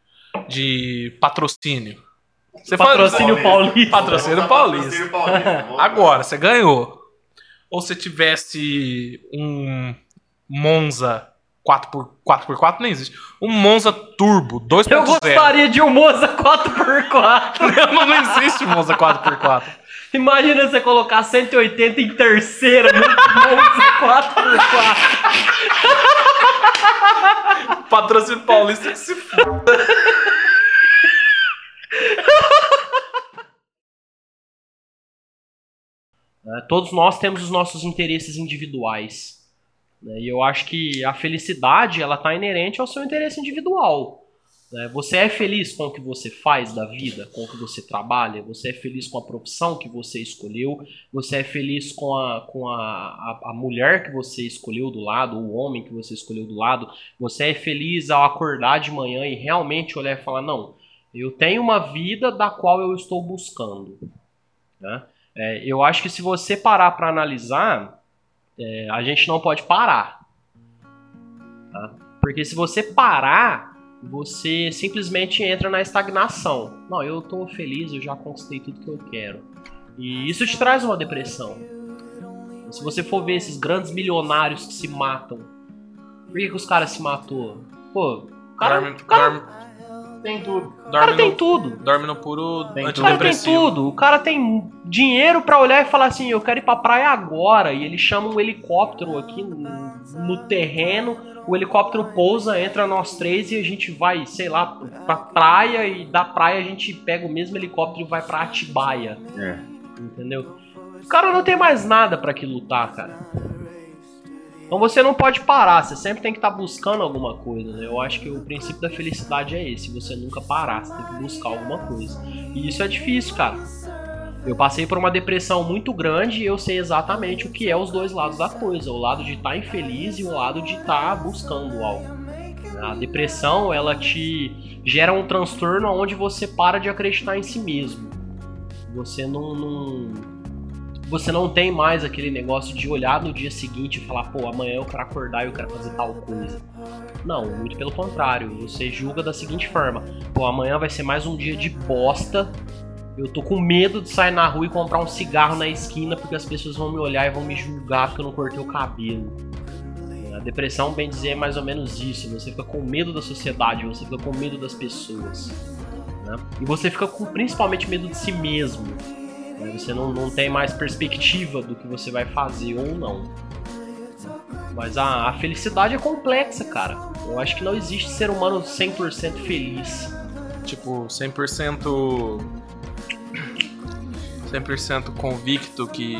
Speaker 2: de patrocínio. Você faz-
Speaker 3: Patrocínio Paulista.
Speaker 2: Patrocínio Paulista.
Speaker 1: Patrocínio Paulista. vou-
Speaker 2: Agora, você ganhou. Ou você tivesse um Monza 4x, 4x4, nem existe. Um Monza Turbo 2.0.
Speaker 3: Eu gostaria de um Monza 4x4.
Speaker 2: Não, não existe Monza 4x4.
Speaker 3: Imagina você colocar 180 em terceira no Monza 4x4.
Speaker 2: Patrocínio paulista que se foda.
Speaker 3: Né, Todos nós temos os nossos interesses individuais. né, E eu acho que a felicidade ela tá inerente ao seu interesse individual. né. Você é feliz com o que você faz da vida, com o que você trabalha, você é feliz com a profissão que você escolheu, você é feliz com a, com a, a, a mulher que você escolheu do lado, o homem que você escolheu do lado, você é feliz ao acordar de manhã e realmente olhar e falar: não, eu tenho uma vida da qual eu estou buscando. né? É, eu acho que se você parar para analisar, é, a gente não pode parar. tá? Porque se você parar, você simplesmente entra na estagnação. Não, eu tô feliz, eu já conquistei tudo que eu quero. E isso te traz uma depressão. Se você for ver esses grandes milionários que se matam, por que, que os caras se matou? Pô, o cara,
Speaker 2: dorme,
Speaker 3: o cara-
Speaker 2: dorme,
Speaker 1: Tem tudo.
Speaker 2: dorme
Speaker 3: o cara
Speaker 2: no,
Speaker 3: tem tudo.
Speaker 2: dorme no puro
Speaker 1: Tem
Speaker 3: O cara tem
Speaker 2: antidepressivo.
Speaker 3: tudo. O cara tem dinheiro pra olhar e falar assim: eu quero ir pra praia agora. E ele chama um helicóptero aqui no, no terreno. O helicóptero pousa, entra nós três e a gente vai, sei lá, pra praia. E da praia a gente pega o mesmo helicóptero e vai pra Atibaia.
Speaker 1: É.
Speaker 3: Entendeu? O cara não tem mais nada pra que lutar, cara. Então você não pode parar, você sempre tem que estar buscando alguma coisa, né? Eu acho que o princípio da felicidade é esse, você nunca parar, você tem que buscar alguma coisa. E isso é difícil, cara. Eu passei por uma depressão muito grande e eu sei exatamente o que é os dois lados da coisa, o lado de estar infeliz e o lado de estar buscando algo. A depressão, ela te gera um transtorno onde você para de acreditar em si mesmo. Você não- não você não tem mais aquele negócio de olhar no dia seguinte e falar, pô, amanhã eu quero acordar e eu quero fazer tal coisa. Não, muito pelo contrário. Você julga da seguinte forma: pô, amanhã vai ser mais um dia de bosta. Eu tô com medo de sair na rua e comprar um cigarro na esquina porque as pessoas vão me olhar e vão me julgar porque eu não cortei o cabelo. A depressão, bem dizer, é mais ou menos isso. Você fica com medo da sociedade, você fica com medo das pessoas. né? E você fica com principalmente medo de si mesmo. Aí Você não, não tem mais perspectiva do que você vai fazer ou não. Mas a, a felicidade é complexa, cara. Eu acho que não existe ser humano 100% feliz.
Speaker 2: Tipo, 100%. 100% convicto que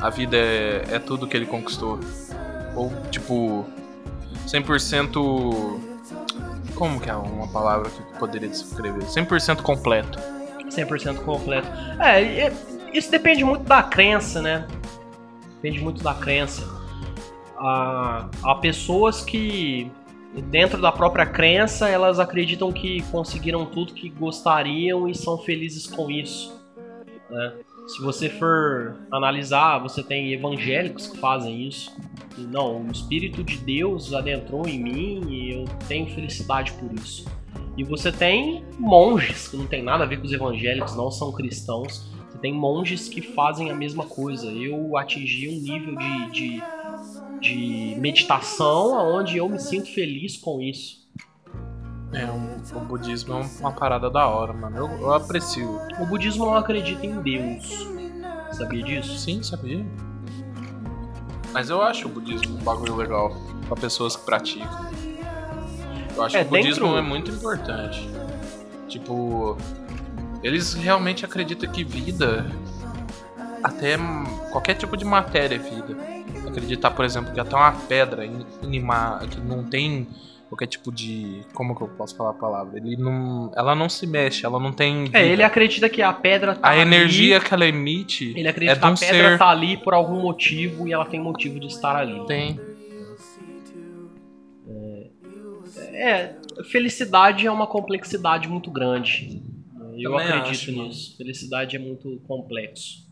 Speaker 2: a vida é, é tudo que ele conquistou. Ou, tipo, 100%. Como que é uma palavra que poderia descrever? 100% completo.
Speaker 3: 100% completo. É, e- e- isso depende muito da crença, né? Depende muito da crença. Há, há pessoas que, dentro da própria crença, elas acreditam que conseguiram tudo que gostariam e são felizes com isso. né? Se você for analisar, você tem evangélicos que fazem isso. E, não, o Espírito de Deus adentrou em mim e eu tenho felicidade por isso. E você tem monges, que não tem nada a ver com os evangélicos, não são cristãos. Você tem monges que fazem a mesma coisa. Eu atingi um nível de, de, de meditação onde eu me sinto feliz com isso.
Speaker 2: É, um- o budismo é um- uma parada da hora, mano. Eu, eu aprecio.
Speaker 3: O budismo não acredita em Deus. Sabia disso?
Speaker 2: Sim, sabia? Mas eu acho o budismo um bagulho legal pra pessoas que praticam. Eu acho
Speaker 3: É,
Speaker 2: que o budismo
Speaker 3: dentro-
Speaker 2: é muito importante. Tipo, eles realmente acreditam que vida, até m- qualquer tipo de matéria é vida. Acreditar, por exemplo, que até uma pedra in- inima, que não tem qualquer tipo de. Como que eu posso falar a palavra? Ele não, ela não se mexe, ela não tem. vida.
Speaker 3: É, ele acredita que a pedra tá
Speaker 2: A energia
Speaker 3: ali,
Speaker 2: que ela emite
Speaker 3: ele
Speaker 2: é
Speaker 3: acredita
Speaker 2: de
Speaker 3: que a
Speaker 2: um
Speaker 3: pedra
Speaker 2: ser.
Speaker 3: tá ali por algum motivo e ela tem motivo de estar ali.
Speaker 2: Tem.
Speaker 3: É, felicidade é uma complexidade muito grande. Eu
Speaker 2: Também
Speaker 3: acredito
Speaker 2: acho, né? mano.
Speaker 3: nisso. Felicidade é muito complexo.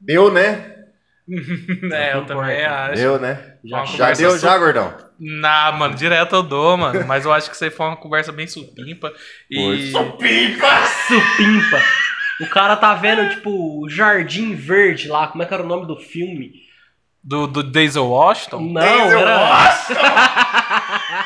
Speaker 1: Deu, né?
Speaker 2: É, eu também acho.
Speaker 1: Deu, né?
Speaker 2: Já-
Speaker 1: Já deu, já, gordão.
Speaker 2: Nah, mano, direto eu dou, mano. Mas eu acho que isso aí foi uma conversa bem supimpa. E.
Speaker 3: Supimpa. O cara tá vendo, tipo, o Jardim Verde lá. Como é que era o nome do filme?
Speaker 2: Do, do Denzel Washington?
Speaker 3: Não,
Speaker 1: Denzel
Speaker 3: era...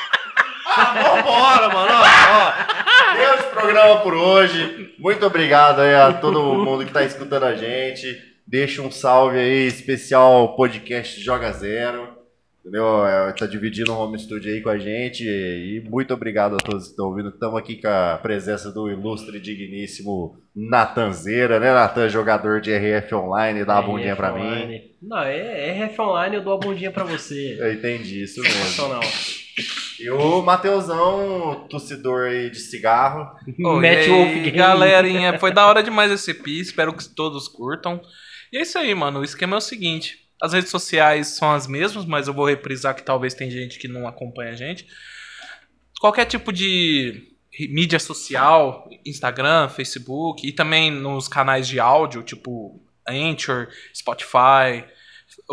Speaker 1: Ah, Vambora, mano. Ó, ó. Deu esse programa por hoje. Muito obrigado aí a todo mundo que tá escutando a gente. Deixa um salve aí, especial podcast Joga Zero. Entendeu? É, Tá dividindo o home studio aí com a gente. E muito obrigado a todos que estão ouvindo. Estamos aqui com a presença do ilustre e digníssimo Natanzeira, né, Natan? Jogador de RF Online. Dá uma bundinha pra mim.
Speaker 3: Online. Não, é, é RF Online, eu dou a bundinha pra você.
Speaker 1: Eu entendi isso mesmo.
Speaker 3: Sensacional.
Speaker 1: E o Mateusão, tossidor aí de cigarro.
Speaker 2: Oh, e
Speaker 3: Matt
Speaker 2: aí,
Speaker 3: Wolf Game.
Speaker 2: Galerinha, foi da hora demais esse EP. Espero que todos curtam. E é isso aí, mano. O esquema é o seguinte: as redes sociais são as mesmas, mas eu vou reprisar que talvez tem gente que não acompanha a gente. Qualquer tipo de mídia social, Instagram, Facebook, e também nos canais de áudio, tipo Anchor, Spotify.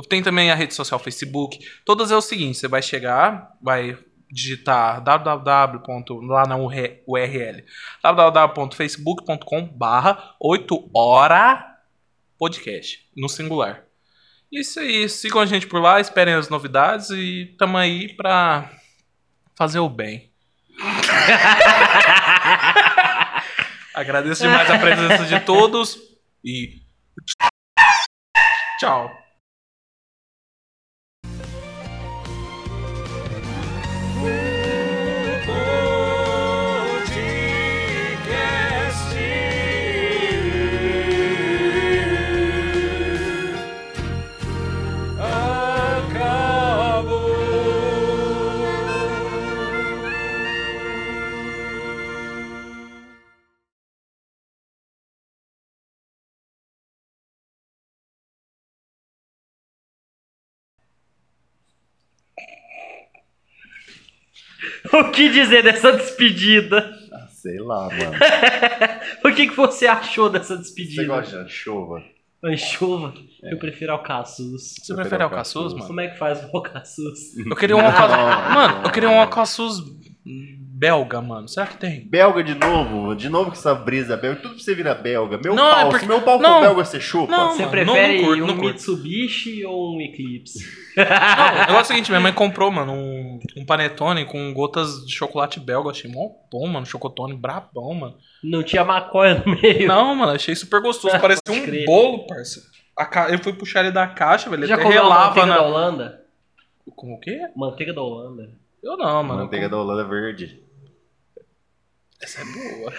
Speaker 2: Tem também a rede social Facebook. Todas é o seguinte: você vai chegar, vai digitar www. lá na URL www.facebook.com barra 8 hora podcast, no singular. E é Isso aí, sigam a gente por lá, esperem as novidades e tamo aí pra fazer o bem. Agradeço demais a presença de todos e tchau.
Speaker 3: O que dizer dessa despedida?
Speaker 1: Ah, Sei lá, mano.
Speaker 3: O que, que você achou dessa
Speaker 1: Você
Speaker 3: despedida?
Speaker 1: gosta É. de chuva?
Speaker 3: Anchova? Eu prefiro alcaçuz.
Speaker 2: Você prefere Alcaçuz, mano?
Speaker 3: Como é que faz o alcaçuz?
Speaker 2: Eu queria um Alcaçuz... Mano, eu queria um Alcaçuz belga, mano. Será que tem?
Speaker 1: Belga de novo, de novo com essa brisa belga. Tudo pra você vira belga. Meu
Speaker 2: Não,
Speaker 1: pau,
Speaker 2: é porque-
Speaker 1: se meu pau for
Speaker 2: não.
Speaker 1: belga, você chupa.
Speaker 2: Não,
Speaker 3: Você
Speaker 2: mano,
Speaker 3: prefere
Speaker 2: não curto, não
Speaker 3: um
Speaker 2: curto.
Speaker 3: Mitsubishi ou um Eclipse?
Speaker 2: Não, o negócio é o seguinte, minha mãe comprou, mano, um, um panetone com gotas de chocolate belga. Achei mó bom, mano. Chocotone brabão, mano.
Speaker 3: Não tinha maconha no meio.
Speaker 2: Não, mano, achei super gostoso.
Speaker 3: Ah,
Speaker 2: Parecia
Speaker 3: pode
Speaker 2: um
Speaker 3: crer.
Speaker 2: bolo, parça. A ca- Eu fui puxar ele da caixa, velho.
Speaker 3: Você
Speaker 2: Ele
Speaker 3: já
Speaker 2: até
Speaker 3: comeu
Speaker 2: relava
Speaker 3: manteiga da
Speaker 2: na.
Speaker 3: Holanda?
Speaker 2: Como o quê?
Speaker 3: Manteiga da Holanda.
Speaker 2: Eu não, mano.
Speaker 1: Manteiga da Holanda Verde.
Speaker 2: Essa é boa.